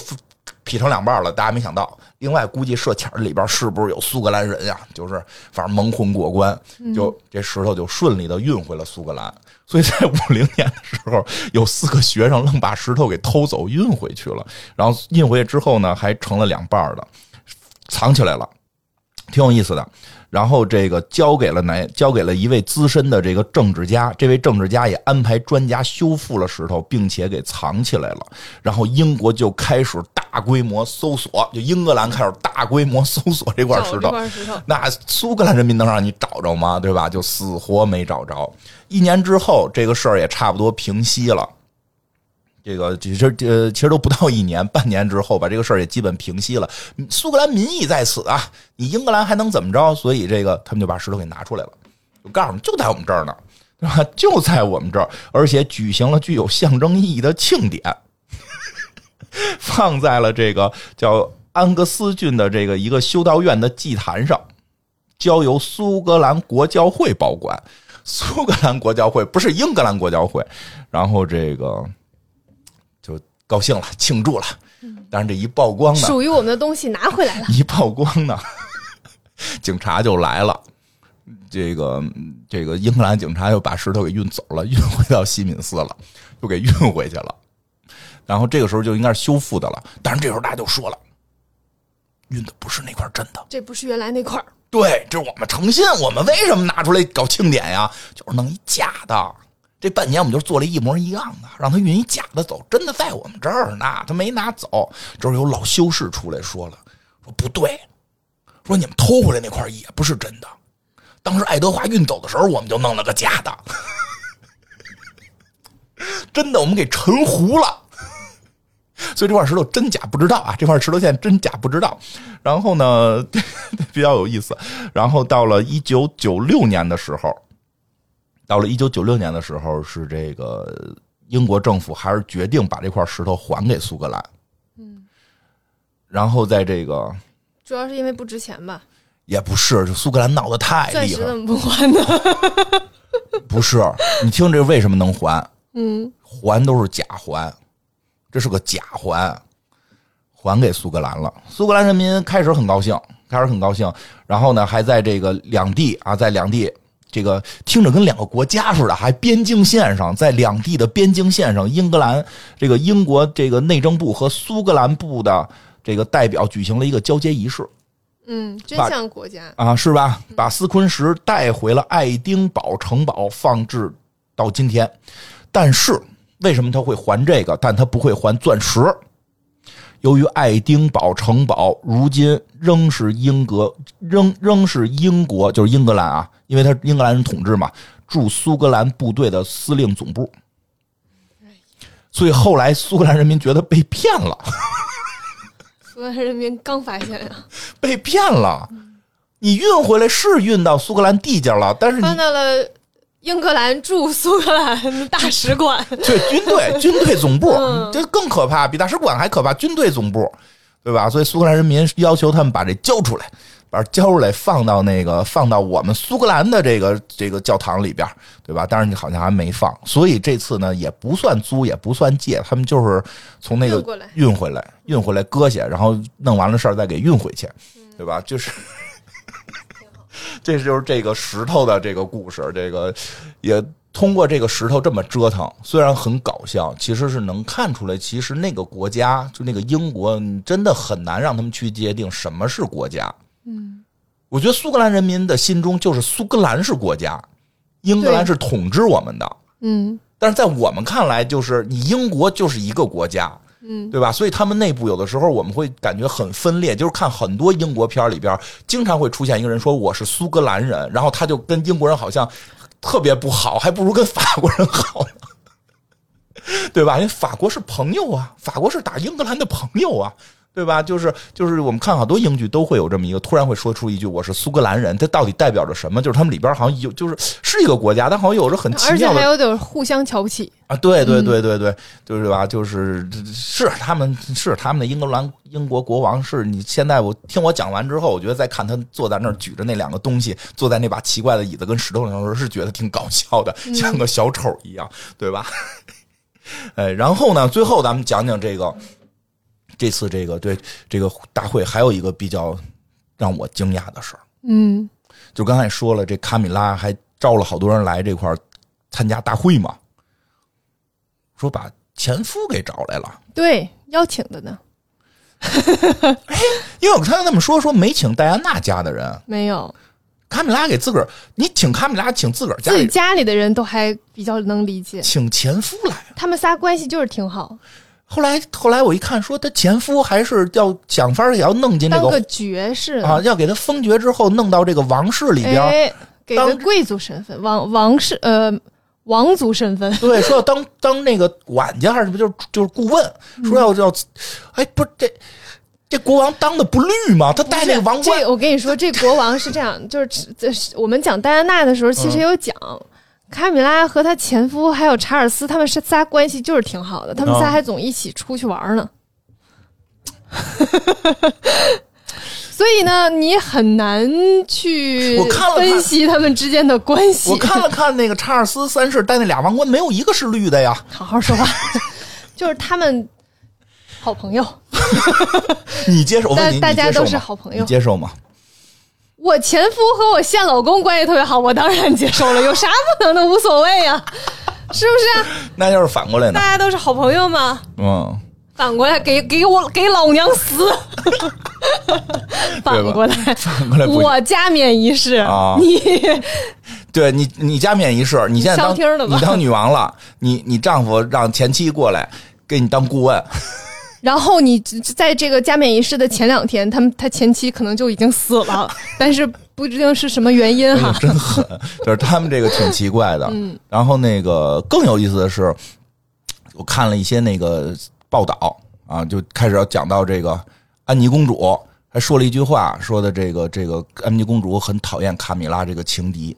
S2: 劈成两半了，大家没想到；另外估计设巧里边是不是有苏格兰人呀、就是反正蒙混过关，就这石头就顺利的运回了苏格兰。所以在五零年的时候，有四个学生愣把石头给偷走运回去了，然后运回去之后呢，还成了两半儿了，藏起来了。挺有意思的。然后这个交给了哪？交给了一位资深的这个政治家，这位政治家也安排专家修复了石头，并且给藏起来了。然后英国就开始大规模搜索，就英格兰开始大规模搜索这块
S1: 找
S2: 石
S1: 这
S2: 头。
S1: 块石头，
S2: 那苏格兰人民能让你找着吗？对吧？就死活没找着。一年之后，这个事儿也差不多平息了。这个其实呃，其实都不到一年，半年之后吧，这个事儿也基本平息了。苏格兰民意在此啊，你英格兰还能怎么着？所以这个他们就把石头给拿出来了，我告诉你，就在我们这儿呢，对吧？就在我们这儿，而且举行了具有象征意义的庆典。 放在了这个叫安格斯郡的这个一个修道院的祭坛上，交由苏格兰国教会保管。苏格兰国教会不是英格兰国教会，然后这个就高兴了，庆祝了。但是这一曝光呢，
S1: 属于我们的东西拿回来了。
S2: 一曝光呢，警察就来了。这个这个英格兰警察又把石头给运走了，运回到西敏寺了，又给运回去了。然后这个时候就应该是修复的了，但是这时候大家就说了，运的不是那块真的，
S1: 这不是原来那块儿，
S2: 对，这是我们诚信，我们为什么拿出来搞庆典呀？就是弄一假的。这半年我们就做了一模一样的，让他运一假的走，真的在我们这儿呢，他没拿走。这时候有老修士出来说了，说不对，说你们偷回来那块儿也不是真的。当时爱德华运走的时候，我们就弄了个假的，真的我们给沉糊了。 所以这块石头真假不知道啊，这块石头现在真假不知道。然后呢，比较有意思。然后到了一九九六年的时候，到了一九九六年的时候，是这个英国政府还是决定把这块石头还给苏格兰。嗯，然后在这个
S1: 主要是因为不值钱吧？
S2: 也不是，就苏格兰闹得太
S1: 钻
S2: 厉
S1: 石
S2: 害
S1: 怎
S2: 了，
S1: 么不 还呢？
S2: 不是？你听这为什么能还？
S1: 嗯，
S2: 还都是假还，这是个假还，还给苏格兰了。苏格兰人民开始很高兴，开始很高兴，然后呢，还在这个两地啊，在两地这个听着跟两个国家似的，还边境线上，在两地的边境线上，英格兰这个英国这个内政部和苏格兰部的这个代表举行了一个交接仪式。
S1: 嗯，真
S2: 把
S1: 像国家。
S2: 啊，是吧？把斯昆石带回了爱丁堡城堡，放置到今天。但是为什么他会还这个？但他不会还钻石。由于爱丁堡城堡如今仍是英格仍仍是英国，就是英格兰啊，因为他是英格兰人统治嘛，驻苏格兰部队的司令总部。所以后来苏格兰人民觉得被骗了。
S1: 苏格兰人民刚发现呀、
S2: 被骗了。你运回来是运到苏格兰地界了，但是你
S1: 搬到了英格兰驻苏格兰大使馆。
S2: 对军队军队总部
S1: 嗯，
S2: 这更可怕，比大使馆还可怕，军队总部，对吧？所以苏格兰人民要求他们把这交出来，把这交出来放到那个放到我们苏格兰的这个这个教堂里边，对吧？当然好像还没放，所以这次呢也不算租，也不算借，他们就是从那个
S1: 运过来
S2: 运回来，运回来搁下，然后弄完了事儿再给运回去，
S1: 嗯
S2: 对吧？就是。这就是这个石头的这个故事，这个也通过这个石头这么折腾，虽然很搞笑，其实是能看出来，其实那个国家就那个英国，你真的很难让他们去界定什么是国家。
S1: 嗯，
S2: 我觉得苏格兰人民的心中就是苏格兰是国家，英格兰是统治我们的，
S1: 嗯
S2: 但是在我们看来，就是你英国就是一个国家，
S1: 嗯，
S2: 对吧？所以他们内部有的时候我们会感觉很分裂，就是看很多英国片儿里边，经常会出现一个人说我是苏格兰人，然后他就跟英国人好像特别不好，还不如跟法国人好 呢，对吧？因为法国是朋友啊，法国是打英格兰的朋友啊。对吧？就是就是，我们看好多英剧都会有这么一个，突然会说出一句“我是苏格兰人”，它到底代表着什么？就是他们里边好像有，就是是一个国家，但好像有着很奇
S1: 而且
S2: 妙的
S1: 还有点互相瞧不起。
S2: 啊，对对对对对，就是吧，就是这是他们是他们的英格兰英国国王是你现在我听我讲完之后，我觉得再看他坐在那儿举着那两个东西，坐在那把奇怪的椅子跟石头上的时候，是觉得挺搞笑的， 像个小丑一样，对吧？ 哎，然后呢，最后咱们讲讲这个这次这个对这个大会还有一个比较让我惊讶的事儿，
S1: 嗯
S2: 就刚才说了，这卡米拉还招了好多人来这块儿参加大会嘛，说把前夫给找来了，，
S1: 对，邀请的呢
S2: 因为我看他那么说，说没请戴安娜家的人，
S1: 没有，
S2: 卡米拉给自个儿，你请卡米拉，请自个儿家
S1: 自
S2: 里
S1: 己
S2: 人，
S1: 家里的人都还比较能理解，
S2: 请前夫来。
S1: 他们仨关系就是挺好，
S2: 后来后来我一看，说他前夫还是要想法儿也要弄进这
S1: 当
S2: 个
S1: 个爵士
S2: 啊，要给他封爵之后弄到这个王室里边儿，
S1: 哎，给个
S2: 当
S1: 贵族身份，王王室呃王族身 份，
S2: 对，说要当当那个管家还是什么，就是就是顾问，说
S1: 嗯
S2: 要要，哎，不是这这国王当的不绿吗？他戴那个王
S1: 这
S2: 冠，
S1: 个我跟你说，这国王是这 样，就是这是我们讲戴安娜的时候，其实也有讲。
S2: 嗯
S1: 卡米拉和她前夫还有查尔斯，他们是仨关系就是挺好的，他们仨
S2: 啊
S1: 还总一起出去玩呢。 所以呢，你很难去
S2: 我看了看
S1: 分析他们之间的关系。
S2: 我看了看那个查尔斯三世戴那俩王冠，没有一个是绿的呀。
S1: 好好说 话，就是他们好朋友，
S2: 你接受？我问
S1: 大
S2: 你，
S1: 大
S2: 你
S1: 家
S2: 接受
S1: 都
S2: 吗
S1: 是哎好朋
S2: 你
S1: 友。
S2: 接受吗？
S1: 我前夫和我现老公关系特别好，我当然接受了，有啥不能的，无所谓呀、是不是？啊
S2: 那要是反过来呢
S1: 大？家都是好朋友嘛。
S2: 嗯，
S1: 反过来给给我给老娘死！反过来，
S2: 反过来 不
S1: 我加冕仪式，
S2: 啊
S1: 你
S2: 对你，你加冕仪式，你现在当
S1: 消停了吧
S2: 你当女王了，你你丈夫让前妻过来给你当顾问，
S1: 然后你在这个加冕仪式的前两天，他们他前妻可能就已经死了，但是不一定是什么原因哈。
S2: 真狠，就是他们这个挺奇怪的。
S1: 嗯
S2: 然后那个更有意思的是，我看了一些那个报道啊，就开始要讲到这个安妮公主，还说了一句话，说的这个这个安妮公主很讨厌卡米拉这个情敌。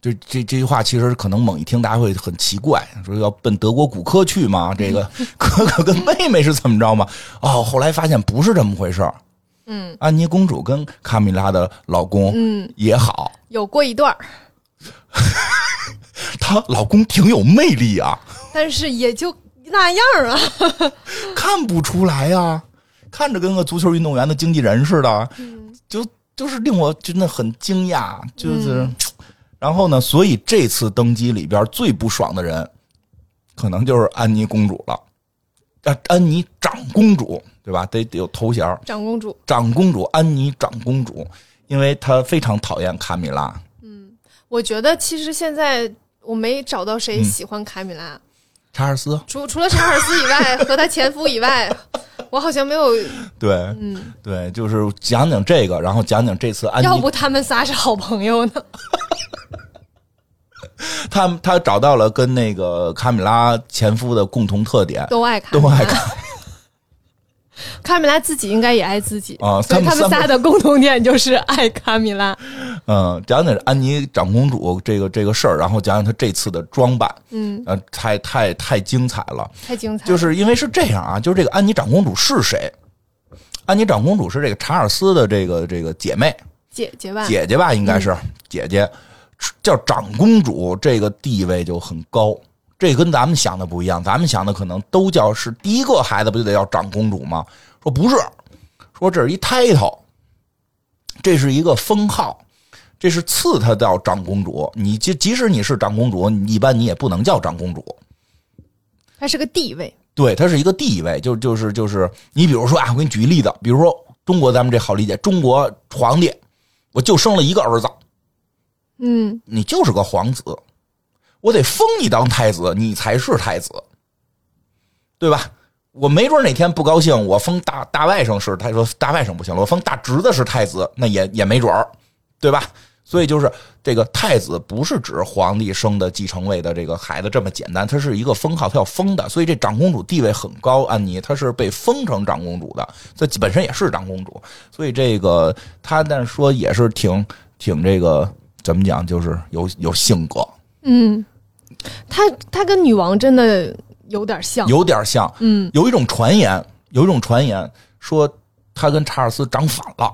S2: 这这这句话其实可能猛一听大家会很奇怪，说要奔德国骨科去吗？这个哥哥跟妹妹是怎么着吗？哦，后来发现不是这么回事儿。
S1: 嗯，
S2: 安妮公主跟卡米拉的老公
S1: 嗯
S2: 也好，
S1: 有过一段儿，
S2: 她老公挺有魅力啊，
S1: 但是也就那样儿啊。
S2: 看不出来呀、看着跟个足球运动员的经纪人似的，
S1: 嗯
S2: 就就是令我真的很惊讶，就是，
S1: 嗯
S2: 然后呢，所以这次登基里边最不爽的人，可能就是安妮公主了，啊，安妮长公主对吧？得得有头衔儿，
S1: 长公主，
S2: 长公主，安妮长公主，因为她非常讨厌卡米拉，
S1: 我觉得其实现在我没找到谁
S2: 嗯
S1: 喜欢卡米拉，
S2: 查尔斯，
S1: 除除了查尔斯以外和她前夫以外， 我好像没有。
S2: 对、
S1: 嗯，
S2: 对，就是讲讲这个，然后讲讲这次安妮
S1: 要不他们仨是好朋友呢？
S2: 啊他他找到了跟那个卡米拉前夫的共同特点，
S1: 都爱卡，
S2: 都爱
S1: 卡。卡米拉自己应该也爱自己
S2: 啊
S1: 所以
S2: 他
S1: 他
S2: 们
S1: 们
S2: 三
S1: 仨
S2: 个
S1: 的共同点就是爱卡米拉。
S2: 嗯，讲讲安妮长公主这个这个事儿，然后讲讲她这次的装扮，
S1: 嗯，
S2: 呃，太太太精彩了，
S1: 太精彩了，
S2: 就是因为是这样啊，就是这个安妮长公主是谁？安妮长公主是这个查尔斯的这个这个姐妹，
S1: 姐姐吧，嗯
S2: 姐姐吧，应该是、姐姐，叫长公主，这个地位就很高。这跟咱们想的不一样，咱们想的可能都叫是第一个孩子不就得叫长公主吗？说不是，说这是一 title，这是一个封号，这是赐她到长公主。你即即使你是长公主，你一般你也不能叫长公主。
S1: 它是个地位，
S2: 对，它是一个地位，就就是就是，你比如说啊，我给你举一例子，比如说中国，咱们这好理解，中国皇帝，我就生了一个儿子，
S1: 嗯，
S2: 你就是个皇子，我得封你当太子，你才是太子，对吧？我没准哪天不高兴，我封大大外甥是，他说大外甥不行了，我封大侄子是太子，那也也没准儿，对吧？所以就是这个太子不是指皇帝生的继承位的这个孩子这么简单，他是一个封号，他要封的，所以这长公主地位很高。安妮她是被封成长公主的，她本身也是长公主，所以这个她但是说也是挺挺这个怎么讲，就是有有性格，
S1: 嗯，它它跟女王真的有点像，
S2: 有点像
S1: 嗯，
S2: 有一种传言，有一种传言说他跟查尔斯长反了。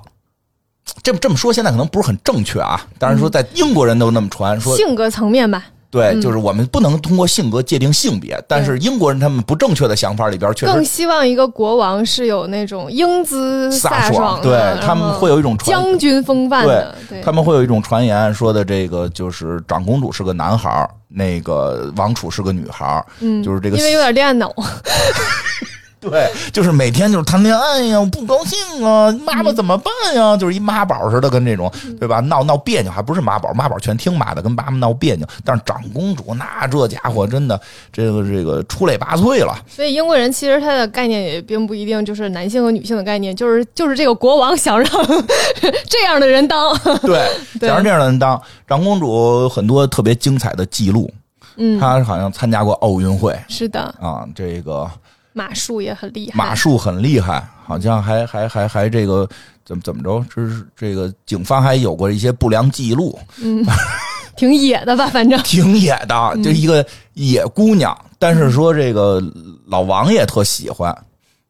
S2: 这么这么说，现在可能不是很正确啊。但是说，在英国人都那么传，说
S1: 性格层面吧，
S2: 对，就是我们不能通过性格界定性别，但是英国人他们不正确的想法里边确
S1: 更
S2: 实
S1: 希望一个国王是有那种英姿飒
S2: 飒爽，
S1: 的
S2: 对他们会
S1: 有
S2: 有一种传，
S1: 将军风范的，对，
S2: 他们会有一种传言说的这个就是长公主是个男孩儿，那个王储是个女孩儿，
S1: 嗯，
S2: 就是这个
S1: 因为有点恋爱 脑，
S2: 对，就是每天就是谈恋爱呀，我不高兴啊，妈
S1: 嗯
S2: 妈怎么办呀？就是一妈宝似的，跟这种对吧？闹闹别扭，还不是妈宝，妈宝全听妈的，跟妈妈闹别扭。但是长公主那这家伙真的这个这个出类拔萃了。
S1: 所以英国人其实他的概念也并不一定就是男性和女性的概念，就是就是这个国王想让这样的人当，
S2: 对，
S1: 对
S2: 假如这样的人当长公主，很多特别精彩的记录。
S1: 嗯，
S2: 她好像参加过奥运会
S1: 是的，
S2: 啊，这个
S1: 马术也很厉害，
S2: 马术很厉害，好像还还还还这个怎么怎么着？这是这个警方还有过一些不良记录，
S1: 挺野的吧，反正
S2: 挺野的，
S1: 嗯
S2: 就一个野姑娘。但是说这个老王爷特喜欢，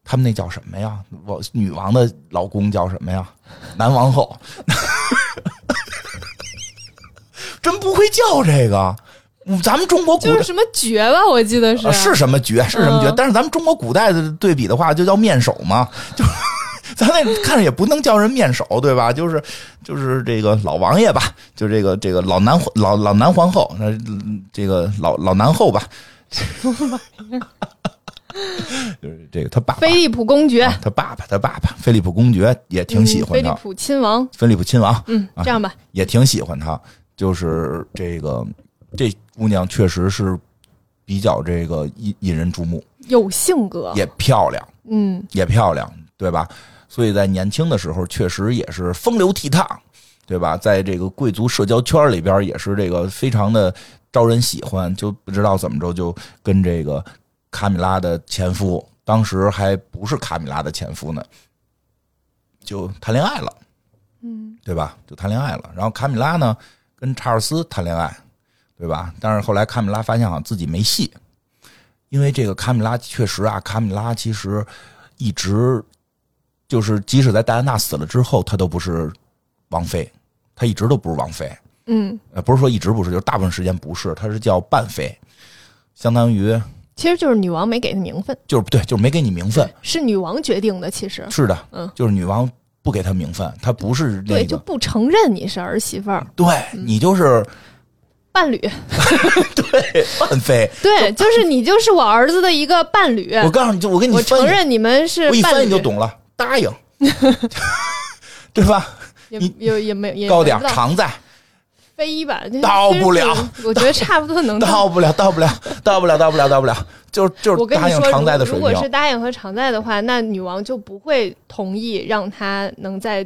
S2: 他们那叫什么呀？我女王的老公叫什么呀？男王后， 真不会叫这个。嗯咱们中国古
S1: 就是什么爵吧，我记啊得是、
S2: 呃是什么爵是什么爵，
S1: 嗯
S2: 但是咱们中国古代的对比的话，就叫面首嘛，就 咱那看着也不能叫人面首，对吧？就是就是这个老王爷吧，就这个这个老男老老男皇后，那嗯这个老老男 后吧，就是这个他爸爸
S1: 菲利普公爵，
S2: 啊他爸爸他爸爸菲利普公爵也挺喜
S1: 嗯菲
S2: 欢
S1: 利
S2: 他，
S1: 普亲王，
S2: 菲利普亲王
S1: 嗯，
S2: 啊
S1: 这样吧，
S2: 也挺喜欢他，就是这个这姑娘确实是比较这个引引人注目，
S1: 有性格，
S2: 也漂亮。
S1: 嗯，
S2: 也漂亮，对吧？所以在年轻的时候，确实也是风流倜傥，对吧？在这个贵族社交圈里边，也是这个非常的招人喜欢。就不知道怎么着，就跟这个卡米拉的前夫，当时还不是卡米拉的前夫呢，就谈恋爱了，嗯，对吧？就谈恋爱了。然后卡米拉呢，跟查尔斯谈恋爱，对吧？但是后来卡米拉发现好像自己没戏，因为这个卡米拉确实啊，卡米拉其实一直就是，即使在戴安娜死了之后，她都不是王妃，她一直都不是王妃。
S1: 嗯，
S2: 呃，不是说一直不是，就是大部分时间不是，她是叫半妃，相当于
S1: 其实就是女王没给他名分，
S2: 就是不对，就是没给你名分。
S1: 是女王决定的，其实
S2: 是的，
S1: 嗯，
S2: 就是女王不给她名分，她不是那
S1: 对，就
S2: 个，嗯
S1: 不承认你是儿媳妇儿、
S2: 对你就是
S1: 伴侣，
S2: 对半 妃。
S1: 对，就是你就是我儿子的一个伴侣，
S2: 我告诉你，就我给你
S1: 我
S2: 翻
S1: 承
S2: 译，
S1: 认你们是
S2: 我一
S1: 伴
S2: 翻
S1: 侣，
S2: 译就懂了，答 应，对吧？
S1: 也
S2: 你
S1: 也也没也
S2: 高
S1: 也
S2: 点儿
S1: 不知道
S2: 常在。
S1: 非一吧，就是
S2: 到不了
S1: 其实我觉得差不多能
S2: 到。不了，到不了，到不了，到不了，到不了，就是就是
S1: 我跟
S2: 答
S1: 你
S2: 应
S1: 说，
S2: 常在的
S1: 如
S2: 水
S1: 果是
S2: 平。
S1: 答应和常在的话，那女王就不会同意让他能在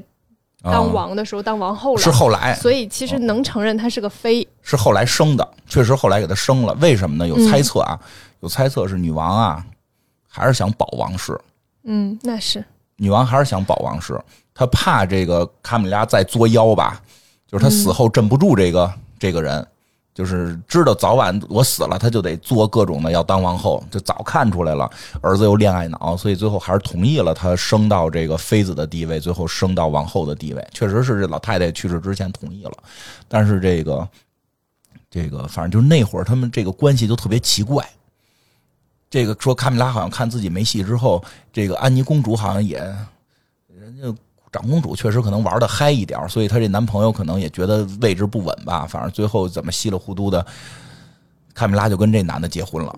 S1: 当
S2: 啊
S1: 王的时候当王后了。
S2: 是后来
S1: 所以其实能承认她是个妃，
S2: 是后来生的，确实后来给他生了。为什么呢？有猜测啊，有猜测是女王啊，还是想保王室，
S1: 嗯，那是
S2: 女王还是想保王室，她怕这个卡米拉再作妖吧，就是她死后镇不住这个、这个人。就是知道早晚我死了，她就得做各种的要当王后，就早看出来了。儿子又恋爱脑，所以最后还是同意了她升到这个妃子的地位，最后升到王后的地位。确实是这老太太去世之前同意了，但是这个这个反正就是那会儿他们这个关系就特别奇怪。这个说卡米拉好像看自己没戏之后，这个安妮公主好像也人家长公主确实可能玩的嗨一点儿，所以她这男朋友可能也觉得位置不稳吧。反正最后怎么稀里糊涂的，卡米拉就跟这男的结婚了，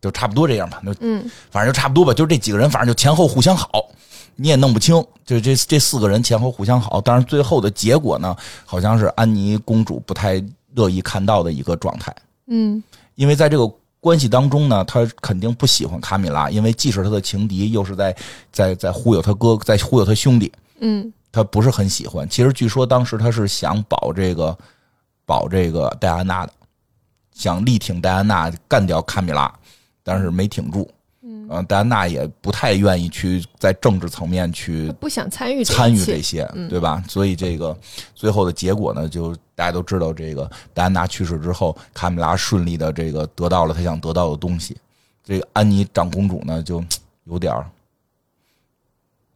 S2: 就差不多这样吧。就
S1: 嗯，
S2: 反正就差不多吧，就这几个人，反正就前后互相好，你也弄不清，就这这四个人前后互相好，但是最后的结果呢，好像是安妮公主不太乐意看到的一个状态，
S1: 嗯
S2: 因为在这个关系当中呢，她肯定不喜欢卡米拉，因为既是她的情敌，又是在在在忽悠她哥，在忽悠她兄弟，
S1: 嗯
S2: 她不是很喜欢。其实据说当时她是想保这个保这个戴安娜的，想力挺戴安娜干掉卡米拉，但是没挺住。
S1: 嗯，
S2: 嗯，戴安娜也不太愿意去在政治层面
S1: 他
S2: 去
S1: 不想参与这一
S2: 参与
S1: 切
S2: 这些，
S1: 嗯
S2: 对吧？所以这个最后的结果呢，就大家都知道，这个戴安娜去世之后，卡米拉顺利的这个得到了她想得到的东西，这个安妮长公主呢就嘖有点儿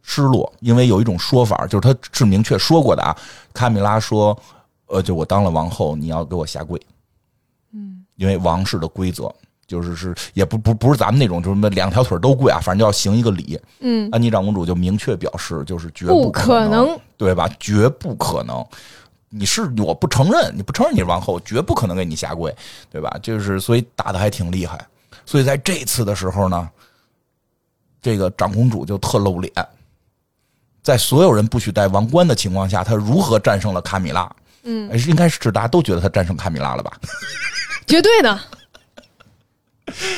S2: 失落，因为有一种说法，就是她是明确说过的啊，卡米拉说，呃，就我当了王后，你要给我下跪，嗯，因为王室的规则。就是是也不不不是咱们那种，就是什么两条腿都跪啊，反正要行一个礼。
S1: 嗯，
S2: 安妮长公主就明确表示，就是绝
S1: 不
S2: 可
S1: 可能，
S2: 对吧？绝不可能。你是我不承认，你不承认你是王后，绝不可能给你下跪，对吧？就是所以打的还挺厉害。所以在这次的时候呢，这个长公主就特露脸，在所有人不许戴王冠的情况下，她如何战胜了卡米拉？
S1: 嗯，
S2: 哎应该是大家都觉得她战胜卡米拉了吧？
S1: 绝对的。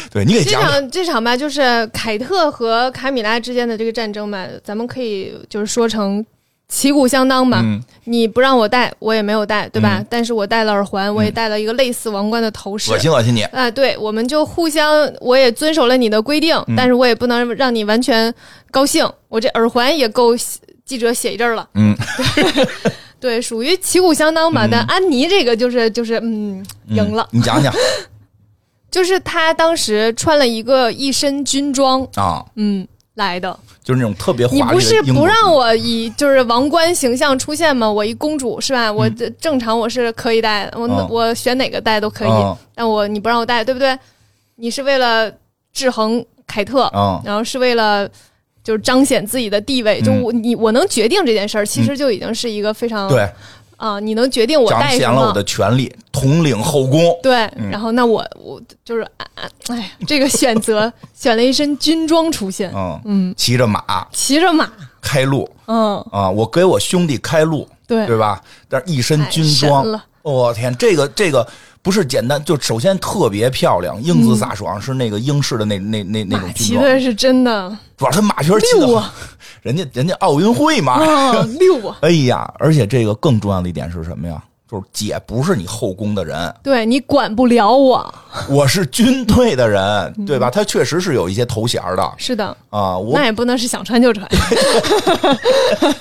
S2: 对你给
S1: 这
S2: 哎讲讲，
S1: 场这场吧，就是凯特和卡米拉之间的这个战争吧，咱们可以就是说成旗鼓相当吧。
S2: 嗯
S1: 你不让我戴，我也没有戴，对吧？
S2: 嗯
S1: 但是我戴了耳环，我也戴了一个类似王冠的头饰
S2: 恶。心恶心你，嗯
S1: 啊，对，我们就互相，我也遵守了你的规定，
S2: 嗯
S1: 但是我也不能让你完全高兴。我这耳环也够写记者写一阵儿了，
S2: 嗯，
S1: 对，属于旗鼓相当吧。
S2: 嗯
S1: 但安妮这个就是就是嗯，赢了，
S2: 嗯你讲讲
S1: 就是她当时穿了一个一身军装，
S2: 啊，
S1: 嗯，来的。
S2: 就是那种特别华丽
S1: 你
S2: 的
S1: 不是
S2: 英国
S1: 不让
S2: 风
S1: 我以就是王冠形象出现吗？我一公主是吧？我这正常我是可以戴，我、
S2: 嗯
S1: 我选哪个戴都可以，
S2: 嗯
S1: 但我你不让我戴，对不对？你是为了制衡凯特，
S2: 嗯
S1: 然后是为了就是彰显自己的地位，就
S2: 嗯
S1: 我你我能决定这件事儿，其实就已经是一个非常、
S2: 对，
S1: 啊，你能决定我
S2: 彰
S1: 戴
S2: 显
S1: 什
S2: 了
S1: 么
S2: 我。的权利，统领后宫。
S1: 对，
S2: 嗯
S1: 然后那我我就是，啊啊哎呀，这个选择选了一身军装出现，
S2: 嗯，
S1: 嗯，
S2: 骑着马
S1: 骑着马，
S2: 开路
S1: 嗯，
S2: 啊、我给我兄弟开路，
S1: 对，
S2: 对吧？但是一身
S1: 太
S2: 军
S1: 神
S2: 装，
S1: 了，
S2: 我、天，这个这个不是简单，就首先特别漂亮，英姿飒爽，是那个英式的那那那那
S1: 嗯马
S2: 种
S1: 骑
S2: 军装，
S1: 的是真的
S2: 主要是马圈骑
S1: 溜
S2: 的
S1: 啊，
S2: 人家人家奥运会嘛。
S1: 啊，溜啊！
S2: 哎呀，而且这个更重要的一点是什么呀？就是姐不是你后宫 的人，
S1: 对你管不了我，
S2: 我是军队的
S1: 嗯
S2: 人，对吧？她确实是有一些头衔的
S1: 是的，
S2: 啊、我
S1: 那也不能是想穿就穿，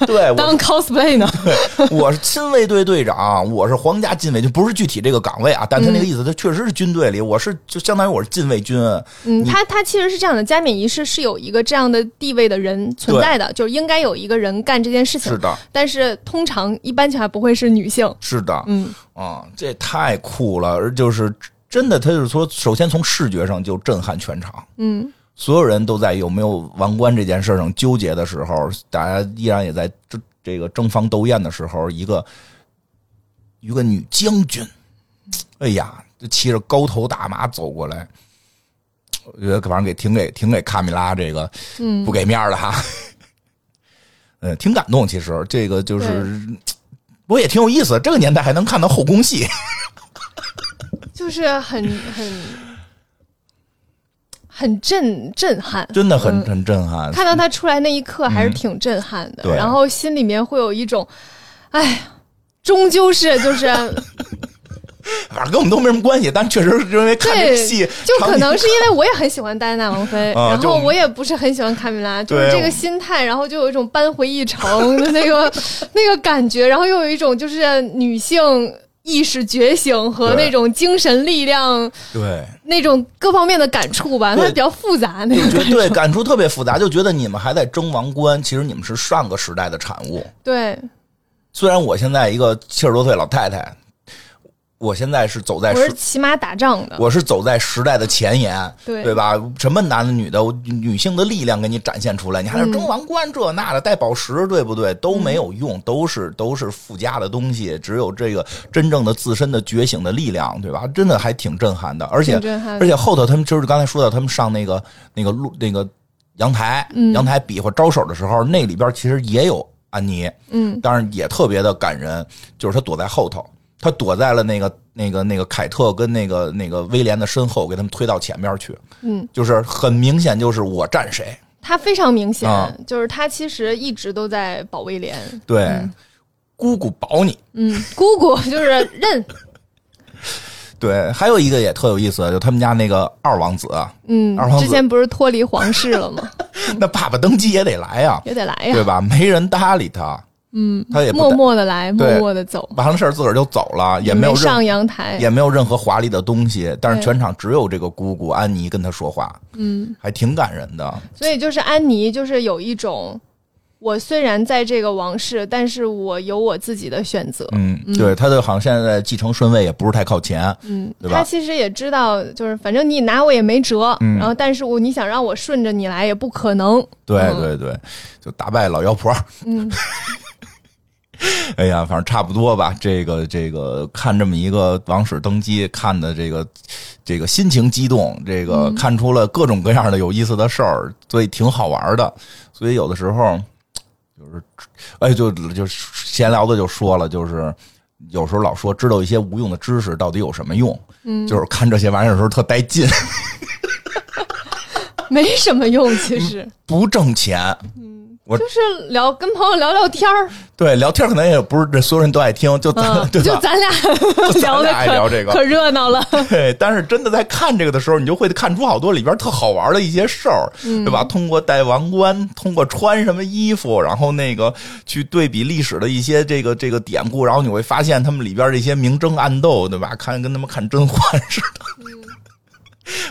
S2: 对我
S1: 当 cosplay 呢。嗯
S2: 我是亲卫队队长，我是皇家禁卫军，就不是具体这个岗位啊，但他那个意思，他确实是军队里，我是就相当于我是禁卫军，
S1: 嗯，
S2: 你
S1: 他他其实是这样的，加冕仪式是有一个这样的地位的人存在的，就是应该有一个人干这件事情
S2: 是，的，
S1: 但是通常一般情况下不会是女性。
S2: 是的，
S1: 嗯，
S2: 啊、这太酷了，而就是真的，他就是说，首先从视觉上就震撼全场，
S1: 嗯，
S2: 所有人都在有没有王冠这件事上纠结的时候，大家依然也在这这个争芳斗艳的时候，一个一个女将军，哎呀，就骑着高头大马走过来，我觉得反正给挺给挺给卡米拉这个
S1: 嗯
S2: 不给面儿的哈， 嗯，挺感动。其实这个就是，不过也挺有意思，这个年代还能看到后宫戏，
S1: 就是很很很震震撼，
S2: 真的很
S1: 嗯
S2: 很震撼。
S1: 看到他出来那一刻还是
S2: 嗯
S1: 挺震撼的，
S2: 对
S1: 然后心里面会有一种，哎，终究是就是
S2: 反正跟我们都没什么关系，但确实是因为看这
S1: 对
S2: 个戏，
S1: 就
S2: 场
S1: 可
S2: 景
S1: 能是因为我也很喜欢戴安娜王妃，
S2: 啊
S1: 然
S2: 就
S1: 后我也不是很喜欢卡米拉，就是
S2: 对
S1: 这个心态，然后就有一种扳回一城的那 个那个感觉，然后又有一种就是女性意识觉醒和
S2: 对
S1: 那种精神力量
S2: 对。
S1: 那种各方面的感触吧，它
S2: 对
S1: 比较复杂那种
S2: 就
S1: 感
S2: 觉
S1: 触
S2: 对，感触特别复杂，就觉得你们还在争王冠，其实你们是上个时代的产物。
S1: 对，
S2: 虽然我现在一个七十多岁老太太，我现在是走在
S1: 我是
S2: 时，
S1: 骑马打仗的，
S2: 我是走在时代的前沿，
S1: 对
S2: 对吧？什么男的女的，我女性的力量给你展现出来，你还是
S1: 嗯
S2: 争王冠这那的，戴宝石，对不对？都没有用，都是都是附加的东西，只有这个真正的自身的觉醒的力量，对吧？真的还挺震撼的，而且
S1: 挺震撼的
S2: 而且后头他们就是刚才说到他们上那个那个路那个阳台，
S1: 嗯
S2: 阳台比划招手的时候，那里边其实也有安妮，
S1: 嗯，
S2: 当然也特别的感人，就是他躲在后头，他躲在了那个那个那个凯特跟那个那个威廉的身后，给他们推到前面去，
S1: 嗯，
S2: 就是很明显就是我站谁，
S1: 他非常明显
S2: 啊，
S1: 就是他其实一直都在保卫连，
S2: 对，姑姑保你，
S1: 嗯，姑姑就是 认，
S2: 对，还有一个也特有意思，就他们家那个二王子，
S1: 嗯
S2: 二，皇子
S1: 之前不是脱离皇室了吗？
S2: 那爸爸登基也得来呀、
S1: 也得来
S2: 对
S1: 嗯哎呀，
S2: 吧？没人搭理他，嗯，他也不
S1: 默
S2: 搭
S1: 默的来，
S2: 对
S1: 默默的走，
S2: 完了事儿自个儿就走了，也没有任
S1: 嗯上阳台，
S2: 也没有任何华丽的东西，但是
S1: 对
S2: 全场只有这个姑姑安妮跟他说话，
S1: 嗯，
S2: 还挺感人的。
S1: 所以就是安妮，就是有一种，我虽然在这个王室，但是我有我自己的选择。
S2: 嗯，对，他的好像现在继承顺位也不是太靠前，
S1: 嗯，
S2: 对吧
S1: 他其实也知道，就是反正你拿我也没辙，
S2: 嗯
S1: 然后但是我你想让我顺着你来也不可能。
S2: 对
S1: 嗯
S2: 对对，就打败老妖婆。
S1: 嗯，
S2: 哎呀，反正差不多吧。这个这个，看这么一个王室登基，看的这个这个心情激动，这
S1: 嗯
S2: 个看出了各种各样的有意思的事儿，所以挺好玩的。所以有的时候就是，哎，就就闲聊的就说了，就是。有时候老说知道一些无用的知识到底有什么用，
S1: 嗯
S2: 就是看这些玩意儿的时候特带劲，
S1: 没什么用，其实、
S2: 不挣钱，
S1: 就是聊跟朋友聊聊天 儿，
S2: 对，聊天可能也不是这所有人都爱听，就咱、
S1: 嗯，
S2: 对
S1: 就
S2: 吧？
S1: 咱俩
S2: 咱
S1: 聊的
S2: 俩爱
S1: 可
S2: 聊这个
S1: 可热闹 了。
S2: 对，但是真的在看这个的时候，你就会看出好多里边特好玩的一些事儿，
S1: 嗯
S2: 对吧？通过戴王冠，通过穿什么衣服，然后那个去对比历史的一些这个这个典故，然后你会发现他们里边这些明争暗斗，对吧？看跟他们看甄嬛似的。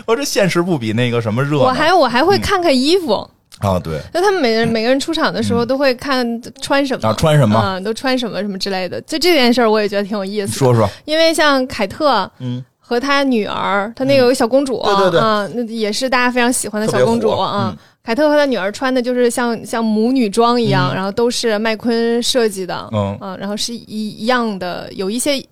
S2: 我这现实不比那个什么热
S1: 嗯我
S2: 闹
S1: 还我还会看看衣服，
S2: 啊？对，
S1: 就他们 每人每个人出场的时候都会看穿什么，
S2: 啊穿什么嗯
S1: 嗯，都穿什么什么之类的。就这件事儿，我也觉得挺有意
S2: 你
S1: 思的。
S2: 说说，
S1: 因为像凯特
S2: 嗯，
S1: 和她女儿，她那个有个小公主，
S2: 嗯对对对
S1: 啊，那也是大家非常喜欢的
S2: 特
S1: 小
S2: 别
S1: 公主
S2: 火
S1: 啊
S2: 嗯。
S1: 凯特和她女儿穿的就是像像母女装一样，然后都是麦昆设计的，
S2: 嗯
S1: 啊然后是一一样的，有一些一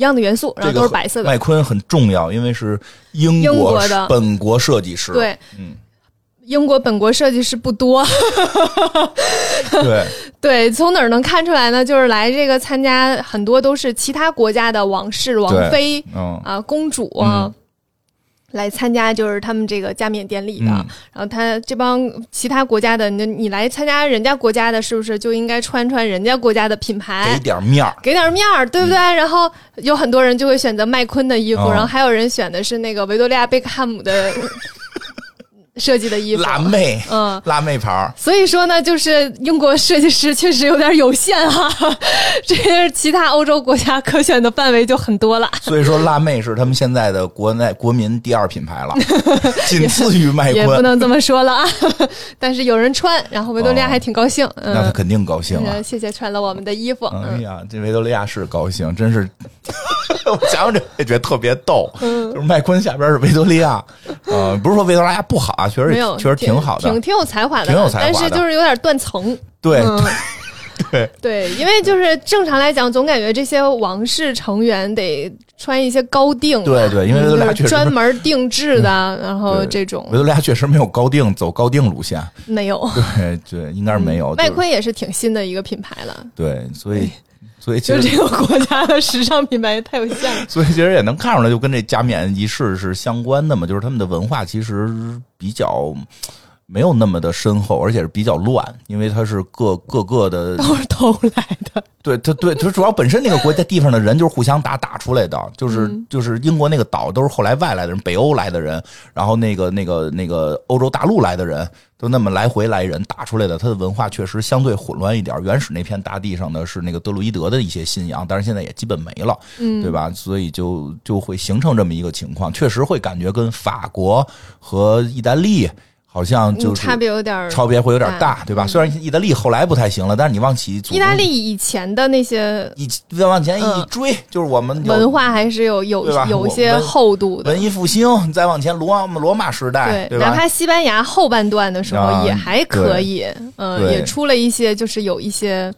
S1: 样的元素，然后都是白色的，
S2: 麦昆很重要，因为是英
S1: 英
S2: 国
S1: 国的
S2: 本国设计师。
S1: 对。
S2: 嗯，
S1: 英国本国设计师不多，
S2: 对，
S1: 对，从哪儿能看出来呢？就是来这个参加很多都是其他国家的王室、王
S2: 对
S1: 妃，
S2: 嗯
S1: 啊公主啊、来参加就是他们这个加冕典礼的。
S2: 嗯
S1: 然后他这帮其他国家的，你你来参加人家国家的，是不是就应该穿穿人家国家的品
S2: 给
S1: 牌？
S2: 点面儿。
S1: 给点面儿，对不对？然后有很多人就会选择麦昆的衣服，
S2: 嗯哦
S1: 然后还有人选的是那个维多利亚贝克汉姆 的设计的衣服。
S2: 辣妹，
S1: 嗯，
S2: 辣妹牌儿，
S1: 所以说呢，就是英国设计师确实有点有限哈、 这是其他欧洲国家可选的范围就很多了。
S2: 所以说辣妹是他们现在的国内国民第二 品牌了，仅次于麦
S1: 也不
S2: 昆。
S1: 能这么说了啊， 但是有人穿，然后维多利亚还挺高兴，
S2: 那他
S1: 嗯，
S2: 肯定高兴啊！
S1: 谢谢穿了我们的衣服，
S2: 哎
S1: 嗯，
S2: 呀，这维多利亚是高兴，真是， 我想想这也觉得特别逗。
S1: 嗯
S2: 就是麦昆下边是维多利亚，呃，不是说维多利亚不好啊，确实
S1: 没有，
S2: 确实挺好的
S1: 挺。挺有才华的，
S2: 挺有才华的
S1: 但是就是有点断层，
S2: 对
S1: 嗯，
S2: 对
S1: 对，因为就是正常来讲，总感觉这些王室成员得穿一些高定吧，
S2: 对对因为维多利亚
S1: 嗯就是
S2: 确实嗯
S1: 专门定制的，然后
S2: 对
S1: 这种
S2: 维多利亚确实没有高定走高定路线，
S1: 没有。
S2: 对对，应该是没有。
S1: 嗯麦
S2: 就是
S1: 昆也是挺新的一个品牌了，
S2: 对，所以所以其
S1: 哎就
S2: 实
S1: 是这个国家的时尚品牌太有限了。
S2: 所以其实也能看出来，就跟这加冕仪式是相关的嘛，就是他们的文化其实比较没有那么的深厚，而且是比较乱，因为它是各各个的，
S1: 都是偷来的，
S2: 对，它对，它主要本身那个国家地方的人就是互相打打出来的，就是
S1: 嗯
S2: 就是英国那个岛都是后来外来的人，北欧来的人，然后那个那个那个欧洲大陆来的人，都那么来回来人打出来的，它的文化确实相对混乱一点。原始那片大地上的是那个德鲁伊德的一些信仰，但是现在也基本没了。
S1: 嗯
S2: 对吧？所以就就会形成这么一个情况，确实会感觉跟法国和意大利。好像
S1: 嗯
S2: 就
S1: 差
S2: 是
S1: 别有点儿。
S2: 差别会有点大，对吧？
S1: 嗯
S2: 虽然意大利后来不太行了，但是你往起祖
S1: 意大利以前的那些
S2: 一再往前一
S1: 嗯
S2: 追，就是我们有
S1: 文化还是有有
S2: 对吧
S1: 有一些
S2: 文
S1: 厚度的
S2: 文，艺复兴，你再往前罗马罗马时代，对
S1: 哪
S2: 吧？
S1: 怕西班牙后半段的时
S2: 啊
S1: 候也还可以，嗯、
S2: 对
S1: 也出了一些就是有一些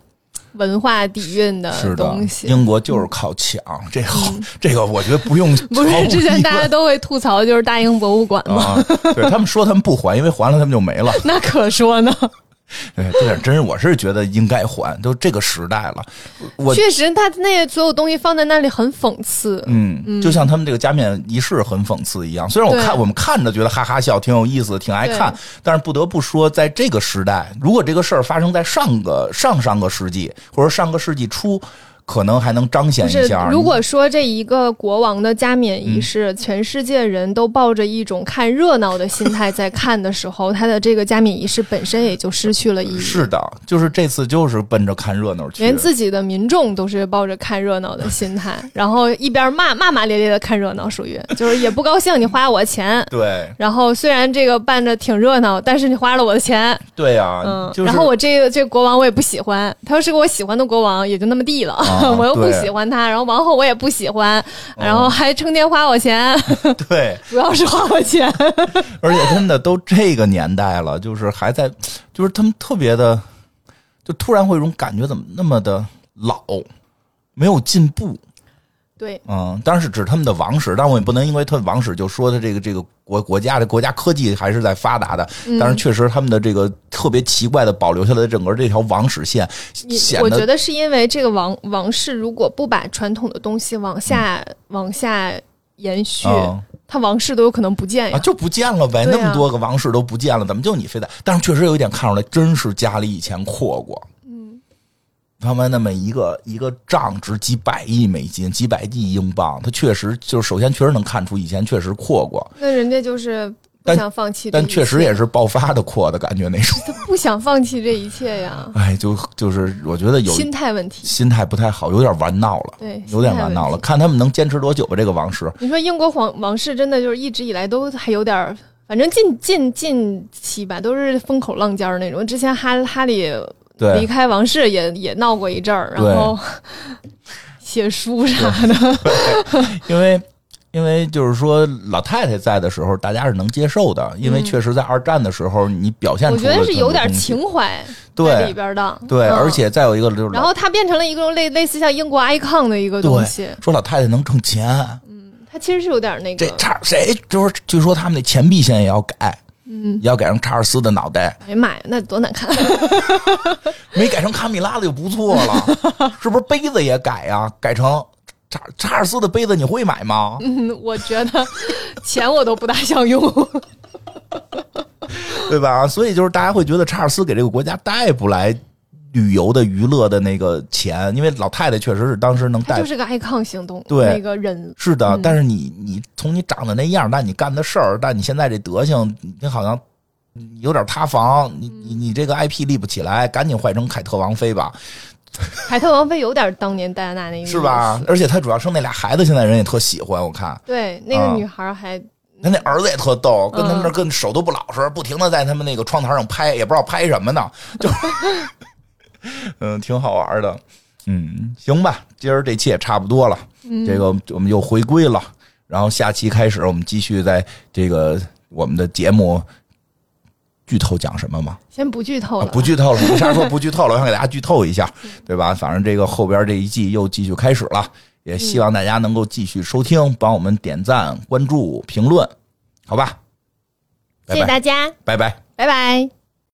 S1: 文化底蕴
S2: 是的
S1: 东，西。嗯
S2: 英国就是靠抢，这个 这个我觉得不用
S1: 不
S2: 毫无
S1: 是之前
S2: 疑
S1: 大家
S2: 问
S1: 都会吐槽，就是大英博物馆吗？
S2: 啊，对他们说他们不还，因为还了他们就没了。
S1: 那可说呢，
S2: 对，这点真是我是觉得应该还，都这个时代了，我
S1: 确实，他那所有东西放在那里很讽刺。
S2: 嗯，就像他们这个加冕仪式很讽刺一样。虽然我
S1: 对
S2: 看我们看着觉得哈哈笑，挺有意思，挺爱看
S1: 对，
S2: 但是不得不说，在这个时代，如果这个事儿发生在上个上上个世纪或者上个世纪初，可能还能彰显
S1: 不
S2: 一
S1: 是
S2: 下。，嗯
S1: 如果说这一个国王的加冕仪式，全世界人都抱着一种看热闹的心态在看的时候，他的这个加冕仪式本身也就失去了意义。
S2: 是的，就是这次就是奔着看热闹去，
S1: 连自己的民众都是抱着看热 闹的心态，然后一边骂骂骂咧咧的看热闹，属于就是也不高兴你花我钱。
S2: 对
S1: 然后虽然这个办着挺热闹，但是你花了我的钱，
S2: 对啊，
S1: 嗯，
S2: 就是
S1: 然后我这个这个国王我也不喜欢，他要是个我喜欢的国王也就那么地了，
S2: 啊
S1: 我又不
S2: 对啊
S1: 喜欢他，然后王后我也不喜欢，然后还成天花我钱，
S2: 对，
S1: 主要是花我钱，
S2: 而且真的都这个年代了，就是还在，就是他们特别的，就突然会有一种感觉，怎么那么的老，没有进步。
S1: 对，
S2: 嗯，当然是指他们的王室，但我也不能因为他们王室就说他这个这个国国家的国家科技还是在发达的，
S1: 嗯
S2: 但是确实他们的这个特别奇怪的保留下来的整个这条王室线，
S1: 你
S2: 显
S1: 我
S2: 得嗯
S1: 觉得是因为这个王王室如果不把传统的东西往下、往下延续，
S2: 嗯
S1: 他王室都有可能不见呀。
S2: 啊就不见了呗，
S1: 哎对啊
S2: 那么多个王室都不见了，怎么就你非得？但是确实有一点看出来，真是家里以前阔过，嗯，他们那么一个一个账值几百亿美金，几百亿英镑，他确实就是首先确实能看出以前确实阔过，
S1: 那人家就是不
S2: 但
S1: 想放弃这一
S2: 但
S1: 切，
S2: 确实也是爆发的阔的感觉那种。
S1: 他不想放弃这一切 呀，
S2: 哎，就就是我觉得有
S1: 心态问题。
S2: 心态不太好，有点玩闹了，
S1: 对，
S2: 有点玩闹
S1: 心
S2: 了，
S1: 态问题。
S2: 看他们能坚持多久吧。这个王室，
S1: 你说英国皇王室真的就是一直以来都还有点儿，反正近近近期吧，都是风口浪尖儿那种。之前哈哈利离
S2: 对，
S1: 开王室也也闹过一阵儿，然
S2: 对
S1: 后写书 啥的，
S2: 因为因为就是说老太太在的时候，大家是能接受的，因为确实在二战的时候，你表现
S1: 嗯我
S2: 出
S1: 觉得
S2: 了
S1: 是
S2: 这
S1: 有
S2: 种
S1: 点
S2: 东西
S1: 情怀在里
S2: 对
S1: 边儿的。
S2: 对，
S1: 嗯
S2: 而且再有一个就是
S1: 然
S2: 老
S1: 后它变成了一个类类似像英国 icon 的一个东西嗯
S2: 对，说老太太能挣钱，
S1: 它其实是有点那
S2: 这
S1: 个。
S2: 查谁就是据说他们那钱币现在也要改。嗯，也要改成查尔斯的脑袋，
S1: 哎呀妈呀，那多难看！
S2: 没改成卡米拉的就不错了，是不是？杯子也改呀、改成查查尔斯的杯子，你会买吗？
S1: 嗯我觉得钱我都不大想用。
S2: 对吧？所以就是大家会觉得查尔斯给这个国家带不来旅游的娱乐的那个钱，因为老太太确实是当时能
S1: 它
S2: 带。
S1: 就是嗯个 icon 行动，
S2: 对
S1: 那个人
S2: 是的，但是你你从你长得那样，但你干的事儿，但你现在这德行，你好像有点塌房，你你
S1: 嗯
S2: 你这个 IP 立不起来，赶紧换成凯特王妃吧，
S1: 凯特王妃有点当年戴安娜那个意思
S2: 是吧？？而且她主要生那俩孩子，现在人也特喜欢，我看
S1: 对，那
S2: 啊
S1: 个女孩还
S2: 她那儿子也特逗，跟他们
S1: 嗯
S2: 那儿跟手都不老实，不停的在他们那个窗台上拍，也不知道拍什么呢，就嗯，挺好玩的。嗯，行吧，今儿这期也差不多了，这个我们又回归了，然后下期开始我们继续在这个我们的节目。剧透讲什么吗？
S1: 先不剧透
S2: 啊
S1: 了，
S2: 不剧透了，为啥说不剧透了？我想给大家剧透一下，对吧？反正这个后边这一季又继续开始了，
S1: 嗯
S2: 也希望大家能够继续收听，帮我们点赞、关注、评论，好吧？拜
S1: 谢谢
S2: 拜，
S1: 大家，
S2: 拜拜。
S1: 拜拜。